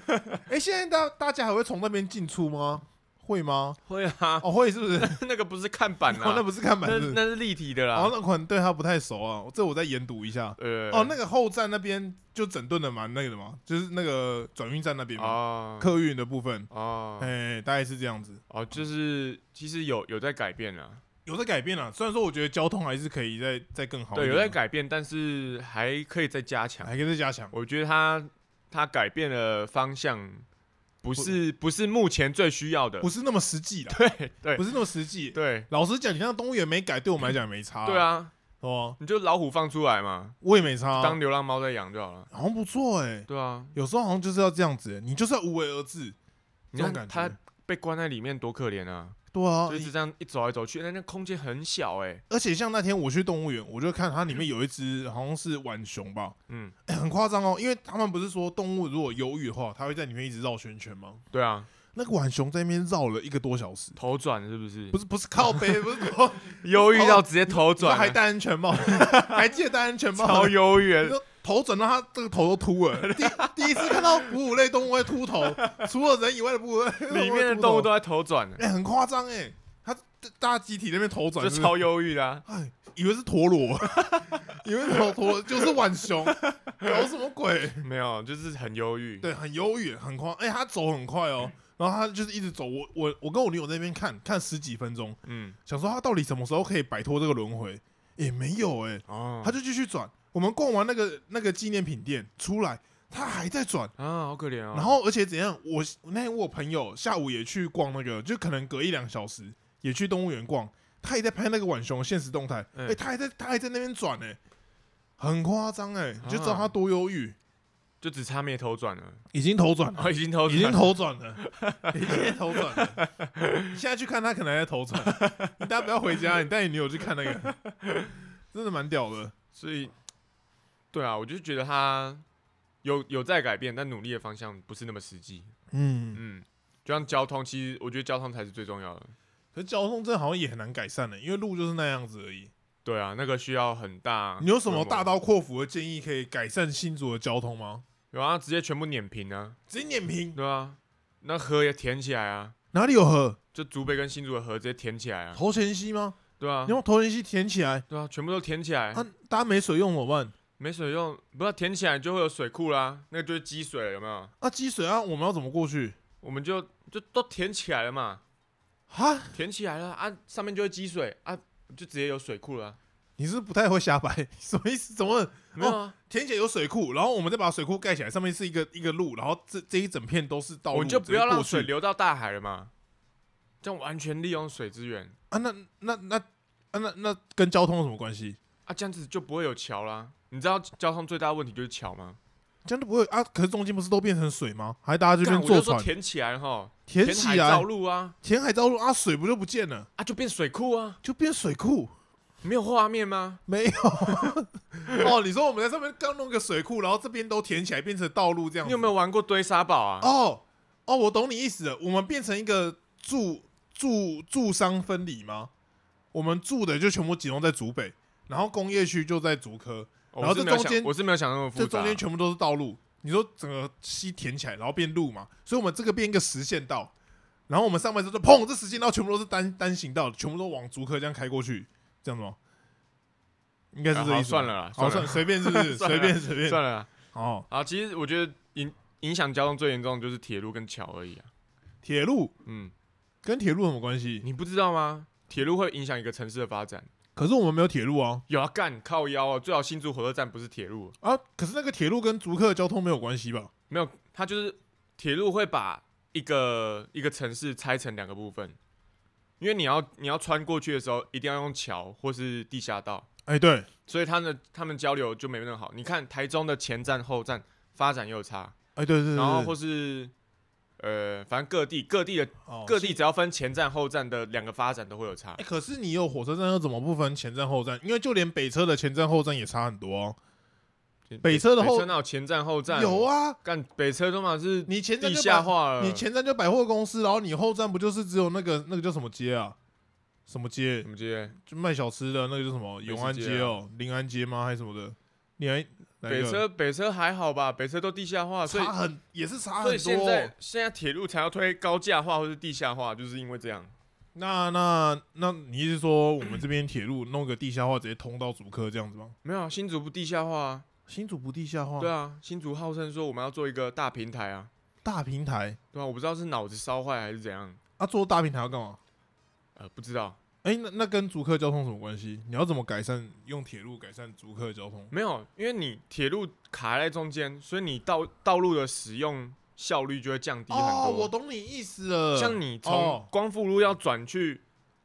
[SPEAKER 1] 哎、现在大大家还会从那边进出吗？会吗？
[SPEAKER 2] 会啊，
[SPEAKER 1] 哦，会是不是？
[SPEAKER 2] 那个不是看板
[SPEAKER 1] 哦，那
[SPEAKER 2] 啊，
[SPEAKER 1] 不是看板
[SPEAKER 2] 那
[SPEAKER 1] 是不是
[SPEAKER 2] 那是立体的
[SPEAKER 1] 哦
[SPEAKER 2] 啦，，
[SPEAKER 1] 那可能对他不太熟啊，这我再研读一下。
[SPEAKER 2] 呃，
[SPEAKER 1] 哦，那个后站那边就整顿的蛮那个的嘛，就是那个转运站那边嘛，
[SPEAKER 2] 哦
[SPEAKER 1] 客运的部分，
[SPEAKER 2] 哦
[SPEAKER 1] 哎、大概是这样子。
[SPEAKER 2] 哦，就是其实有有在改变啊，
[SPEAKER 1] 有在改变了，虽然说我觉得交通还是可以再再更好一
[SPEAKER 2] 对，
[SPEAKER 1] 点，啊
[SPEAKER 2] 有在改变，但是还可以再加强。
[SPEAKER 1] 哦还可以再加强。
[SPEAKER 2] 我觉得它它改变了方向，不是不是目前最需要的
[SPEAKER 1] 不，是那么实际啦，
[SPEAKER 2] 对对
[SPEAKER 1] 不是那么实际。
[SPEAKER 2] 对
[SPEAKER 1] 老实讲，你像动物园没改，对我们来讲也没差。
[SPEAKER 2] 对，啊，
[SPEAKER 1] 哦，
[SPEAKER 2] 你就老虎放出来嘛，
[SPEAKER 1] 我也没差啊，
[SPEAKER 2] 当流浪猫在养就好了。
[SPEAKER 1] 好像不错哎。
[SPEAKER 2] 对啊，
[SPEAKER 1] 有时候好像就是要这样子欸，你就是要无为而治。
[SPEAKER 2] 你
[SPEAKER 1] 这种
[SPEAKER 2] 看
[SPEAKER 1] 感
[SPEAKER 2] 它
[SPEAKER 1] 觉
[SPEAKER 2] 被关在里面多可怜啊，
[SPEAKER 1] 对啊
[SPEAKER 2] 就，一直这样一走来走去，那那空间很小哎、
[SPEAKER 1] 而且像那天我去动物园，我就看它里面有一只好像是浣熊吧，
[SPEAKER 2] 嗯，
[SPEAKER 1] 欸很夸张哦，因为他们不是说动物如果忧郁的话，它会在里面一直绕圈圈吗？
[SPEAKER 2] 对啊，
[SPEAKER 1] 那个浣熊在那边绕了一个多小时，
[SPEAKER 2] 头转是不是？
[SPEAKER 1] 不是不是靠 背，不是头
[SPEAKER 2] 忧郁到直接头
[SPEAKER 1] 你知道
[SPEAKER 2] 转
[SPEAKER 1] 还
[SPEAKER 2] 了，
[SPEAKER 1] 戴安全帽，还记得戴安全帽吗
[SPEAKER 2] 超忧郁
[SPEAKER 1] 你
[SPEAKER 2] 的。
[SPEAKER 1] 说头转到他这个头都秃 了。第第一次看到哺乳类动物会秃头，除了人以外的哺乳类
[SPEAKER 2] 里面的动物都
[SPEAKER 1] 会秃
[SPEAKER 2] 在头转了
[SPEAKER 1] 头，哎、很夸张哎，他大家集体那边头 转
[SPEAKER 2] 就是超忧郁啦、啊。
[SPEAKER 1] 哎，以为是陀 螺，以为是陀陀就是浣 熊，搞什么鬼？
[SPEAKER 2] 没有，就是很忧郁。
[SPEAKER 1] 对，很忧郁，很夸，哎、他走很快哦。然后他就是一直走，我我我跟我女友在那边看看十几分钟，
[SPEAKER 2] 嗯，
[SPEAKER 1] 想说他到底什么时候可以摆脱这个轮回？也、没有哎、
[SPEAKER 2] 哦，
[SPEAKER 1] 他就继续转。我们逛完那个那个纪念品店出来，他还在转。
[SPEAKER 2] 啊，好可怜哦。
[SPEAKER 1] 然后而且怎样，我那天我有朋友下午也去逛那个，就可能隔一两小时也去动物园逛，他也在拍那个浣熊的现实动态，哎、
[SPEAKER 2] 嗯
[SPEAKER 1] 他还在他还在那边转哎、很夸张哎，你就知道
[SPEAKER 2] 啊
[SPEAKER 1] 他多忧郁，
[SPEAKER 2] 就只差没头转了，
[SPEAKER 1] 已经头转了。
[SPEAKER 2] 哦，已经头
[SPEAKER 1] 已经
[SPEAKER 2] 转了，
[SPEAKER 1] 头转 了，已经头转了。现在去看他，可能还在头转。你大家不要回家，你带你女友去看那个，真的蛮屌的。
[SPEAKER 2] 所以对啊，我就觉得他有有在改变，但努力的方向不是那么实际。
[SPEAKER 1] 嗯，
[SPEAKER 2] 嗯，就像交通，其实我觉得交通才是最重要的。
[SPEAKER 1] 可是交通真的好像也很难改善的、因为路就是那样子而已。
[SPEAKER 2] 对啊，那个需要很大。
[SPEAKER 1] 你有什么大？刀阔斧啊的建议可以改善新竹的交通吗？
[SPEAKER 2] 有啊，直接全部碾平啊！
[SPEAKER 1] 直接碾平，
[SPEAKER 2] 对啊，那河也填起来啊，
[SPEAKER 1] 哪里有河？
[SPEAKER 2] 就竹北跟新竹的河直接填起来啊！
[SPEAKER 1] 头前溪吗？
[SPEAKER 2] 对啊
[SPEAKER 1] 你，用头前溪填起来，
[SPEAKER 2] 对啊，全部都填起来，
[SPEAKER 1] 啊，大家没水用怎么办？
[SPEAKER 2] 没水用，不要填起来就会有水库啦，那个就是积水了，有没有？
[SPEAKER 1] 啊，积水啊，我们要怎么过去？
[SPEAKER 2] 我们就就都填起来了嘛，
[SPEAKER 1] 哈，
[SPEAKER 2] 填起来了啊，上面就会积水啊，就直接有水库了啊、
[SPEAKER 1] 你是不是不太会瞎掰， 什么意思？怎么
[SPEAKER 2] 没有啊，
[SPEAKER 1] 填起来有水库，然后我们再把水库盖起来，上面是一个一个路，然后这这一整片都是道
[SPEAKER 2] 我
[SPEAKER 1] 路，
[SPEAKER 2] 们就不
[SPEAKER 1] 哦直
[SPEAKER 2] 要
[SPEAKER 1] 接
[SPEAKER 2] 让
[SPEAKER 1] 过去
[SPEAKER 2] 水流到大海了嘛，这样完全利用水资源
[SPEAKER 1] 啊！那那那啊那那跟交通有什么关系？
[SPEAKER 2] 啊，这样子就不会有桥啦。你知道交通最大的问题就是桥吗？
[SPEAKER 1] 这样都不会啊！可是中间不是都变成水吗？还大家这
[SPEAKER 2] 干
[SPEAKER 1] 边
[SPEAKER 2] 我就
[SPEAKER 1] 坐
[SPEAKER 2] 说
[SPEAKER 1] 船
[SPEAKER 2] 填起来哈，
[SPEAKER 1] 填
[SPEAKER 2] 填
[SPEAKER 1] 起
[SPEAKER 2] 海
[SPEAKER 1] 来，
[SPEAKER 2] 造路啊，
[SPEAKER 1] 填海造路啊，水不就不见了，
[SPEAKER 2] 啊就变水库啊，
[SPEAKER 1] 就变水库。
[SPEAKER 2] 没有画面吗？
[SPEAKER 1] 没有哦，你说我们在上面刚弄个水库，然后这边都填起来变成道路这样子，
[SPEAKER 2] 你有没有玩过堆沙堡啊？
[SPEAKER 1] 哦哦，我懂你意思了。我们变成一个住住住商分离吗？我们住的就全部集中在竹北，然后工业区就在竹科，
[SPEAKER 2] 哦
[SPEAKER 1] 然后
[SPEAKER 2] 我是
[SPEAKER 1] 这
[SPEAKER 2] 没有
[SPEAKER 1] 中
[SPEAKER 2] 想
[SPEAKER 1] 间
[SPEAKER 2] 我是没有想那么复
[SPEAKER 1] 这
[SPEAKER 2] 杂
[SPEAKER 1] 中
[SPEAKER 2] 啊，
[SPEAKER 1] 间全部都是道路。你说整个溪填起来，然后变路嘛，所以我们这个变一个实线道，然后我们上半之后就砰，这实线道全部都是单单行道，全部都往竹科这样开过去，这样子吗？应该是
[SPEAKER 2] 啊
[SPEAKER 1] 这
[SPEAKER 2] 好
[SPEAKER 1] 意思吧、
[SPEAKER 2] 算了啦，
[SPEAKER 1] 好
[SPEAKER 2] 算
[SPEAKER 1] 算
[SPEAKER 2] 了
[SPEAKER 1] 随便是不 是？
[SPEAKER 2] 算
[SPEAKER 1] 随
[SPEAKER 2] 了
[SPEAKER 1] 便随便
[SPEAKER 2] 算了啦。
[SPEAKER 1] 哦，
[SPEAKER 2] 啊，其实我觉得影影响交通最严重的就是铁路跟桥而已啊。
[SPEAKER 1] 铁路
[SPEAKER 2] 嗯，
[SPEAKER 1] 跟铁路有什么关系？
[SPEAKER 2] 你不知道吗？铁路会影响一个城市的发展。
[SPEAKER 1] 可是我们没有铁路啊。
[SPEAKER 2] 有啊，干靠腰啊，最好新竹火车站不是铁路，
[SPEAKER 1] 啊，可是那个铁路跟竹客的交通没有关系吧？
[SPEAKER 2] 没有，它就是铁路会把一个一个城市拆成两个部分，因为你要你要穿过去的时候，一定要用桥或是地下道，
[SPEAKER 1] 哎、对，
[SPEAKER 2] 所以他们他们交流就没那么好。你看台中的前站后站发展又差，
[SPEAKER 1] 哎、对对对，
[SPEAKER 2] 然后或是呃，反正各地各地的
[SPEAKER 1] 哦
[SPEAKER 2] 各地只要分前站后站的两个发展都会有差
[SPEAKER 1] 哎、。可是你有火车站又怎么不分前站后站？因为就连北车的前站后站也差很多哦、北车的后
[SPEAKER 2] 北车哪有前站后站？
[SPEAKER 1] 有，啊，
[SPEAKER 2] 干北车都嘛是
[SPEAKER 1] 你前站
[SPEAKER 2] 地
[SPEAKER 1] 就
[SPEAKER 2] 下
[SPEAKER 1] 百，
[SPEAKER 2] 化了。
[SPEAKER 1] 你前站就百货公司，然后你后站不就是只有那个那个叫什么街啊？什么街
[SPEAKER 2] 怎？么接？
[SPEAKER 1] 就卖小吃的那个叫什么
[SPEAKER 2] 美食街啊
[SPEAKER 1] 永安街哦、临安街吗？还是什么的？你还哪一
[SPEAKER 2] 北
[SPEAKER 1] 个
[SPEAKER 2] 车北车还好吧？北车都地下化，所以
[SPEAKER 1] 差很也是差
[SPEAKER 2] 所以
[SPEAKER 1] 很
[SPEAKER 2] 现
[SPEAKER 1] 多哦、
[SPEAKER 2] 在现在铁路才要推高架化或是地下化，就是因为这样。
[SPEAKER 1] 那那那你意思是说我们这边铁路弄个地下化，直接通到竹科这样子吗？
[SPEAKER 2] 没有啊，新竹不地下化啊？
[SPEAKER 1] 新竹不地下化，
[SPEAKER 2] 对啊，新竹号称说我们要做一个大平台啊，
[SPEAKER 1] 大平台
[SPEAKER 2] 对啊，我不知道是脑子烧坏还是怎样，
[SPEAKER 1] 啊，做大平台要干嘛？
[SPEAKER 2] 呃，不知道。
[SPEAKER 1] 哎、那那跟竹客交通什么关系？你要怎么改善用铁路改善竹客交通？
[SPEAKER 2] 没有，因为你铁路卡在中间，所以你道道路的使用效率就会降低很多。
[SPEAKER 1] 哦，我懂你意思了。
[SPEAKER 2] 像你从
[SPEAKER 1] 哦
[SPEAKER 2] 光复路要转去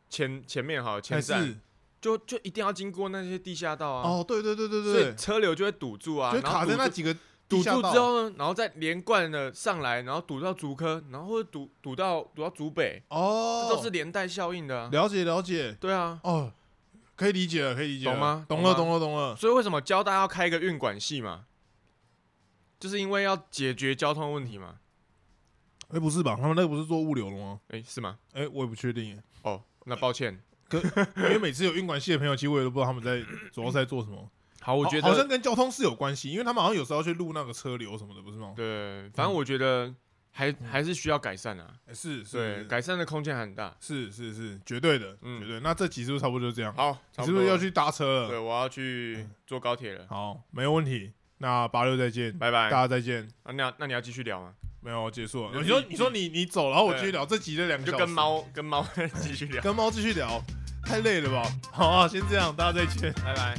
[SPEAKER 2] 前前面哈前
[SPEAKER 1] 还
[SPEAKER 2] 站，
[SPEAKER 1] 是
[SPEAKER 2] 就就一定要经过那些地下道啊，
[SPEAKER 1] 哦，对对对对
[SPEAKER 2] 所以
[SPEAKER 1] 对，
[SPEAKER 2] 车流就会堵住啊，
[SPEAKER 1] 就
[SPEAKER 2] 然后
[SPEAKER 1] 卡在
[SPEAKER 2] 堵
[SPEAKER 1] 那
[SPEAKER 2] 住
[SPEAKER 1] 几个
[SPEAKER 2] 堵
[SPEAKER 1] 地
[SPEAKER 2] 住
[SPEAKER 1] 下道
[SPEAKER 2] 之，后呢，然后再连贯的上来，然后堵到竹科，然后或者堵堵到堵到竹北，
[SPEAKER 1] 哦，
[SPEAKER 2] 这都是连带效应的啊、
[SPEAKER 1] 了解了解
[SPEAKER 2] 对啊，
[SPEAKER 1] 哦，可以理解了，可以理解了，
[SPEAKER 2] 懂吗
[SPEAKER 1] 懂了，
[SPEAKER 2] 懂
[SPEAKER 1] 懂了，懂了。
[SPEAKER 2] 所以为什么交大要开一个运管系嘛？就是因为要解决交通问题嘛？
[SPEAKER 1] 哎、不是吧？他们那个不是做物流了吗？
[SPEAKER 2] 诶，是吗？
[SPEAKER 1] 哎、我也不确定耶，
[SPEAKER 2] 哦，那抱歉。
[SPEAKER 1] 因为每次有运管系的朋友，其实我也都不知道他们在主要是在做什么。
[SPEAKER 2] 好，我觉
[SPEAKER 1] 好好像
[SPEAKER 2] 得
[SPEAKER 1] 跟交通是有关系，因为他们好像有时候要去录那个车流什么的，不是吗？
[SPEAKER 2] 对，反正我觉得还
[SPEAKER 1] 嗯
[SPEAKER 2] 还是需要改善啊。
[SPEAKER 1] 欸是
[SPEAKER 2] 对，
[SPEAKER 1] 是
[SPEAKER 2] 改善的空间很大。
[SPEAKER 1] 是是是，绝对的，
[SPEAKER 2] 嗯
[SPEAKER 1] 绝对。那这集是不是差不多就这样？
[SPEAKER 2] 好，
[SPEAKER 1] 你
[SPEAKER 2] 差
[SPEAKER 1] 是
[SPEAKER 2] 多
[SPEAKER 1] 不是要
[SPEAKER 2] 了？
[SPEAKER 1] 去搭车
[SPEAKER 2] 对，
[SPEAKER 1] 了？
[SPEAKER 2] 我要去坐高铁了。
[SPEAKER 1] 好，没有问题。那八六再见，
[SPEAKER 2] 拜
[SPEAKER 1] 大
[SPEAKER 2] 拜。
[SPEAKER 1] 家再见。
[SPEAKER 2] 啊，那那你要继续聊吗？
[SPEAKER 1] 没有结束了。
[SPEAKER 2] 就
[SPEAKER 1] 你说
[SPEAKER 2] 你
[SPEAKER 1] 你说你你走，然后我
[SPEAKER 2] 对
[SPEAKER 1] 继续聊这集的两个
[SPEAKER 2] 就
[SPEAKER 1] 小时，
[SPEAKER 2] 跟猫 跟猫继续聊。
[SPEAKER 1] 跟猫继续聊，太累了吧？好啊，先这样，大家再见。
[SPEAKER 2] 拜拜。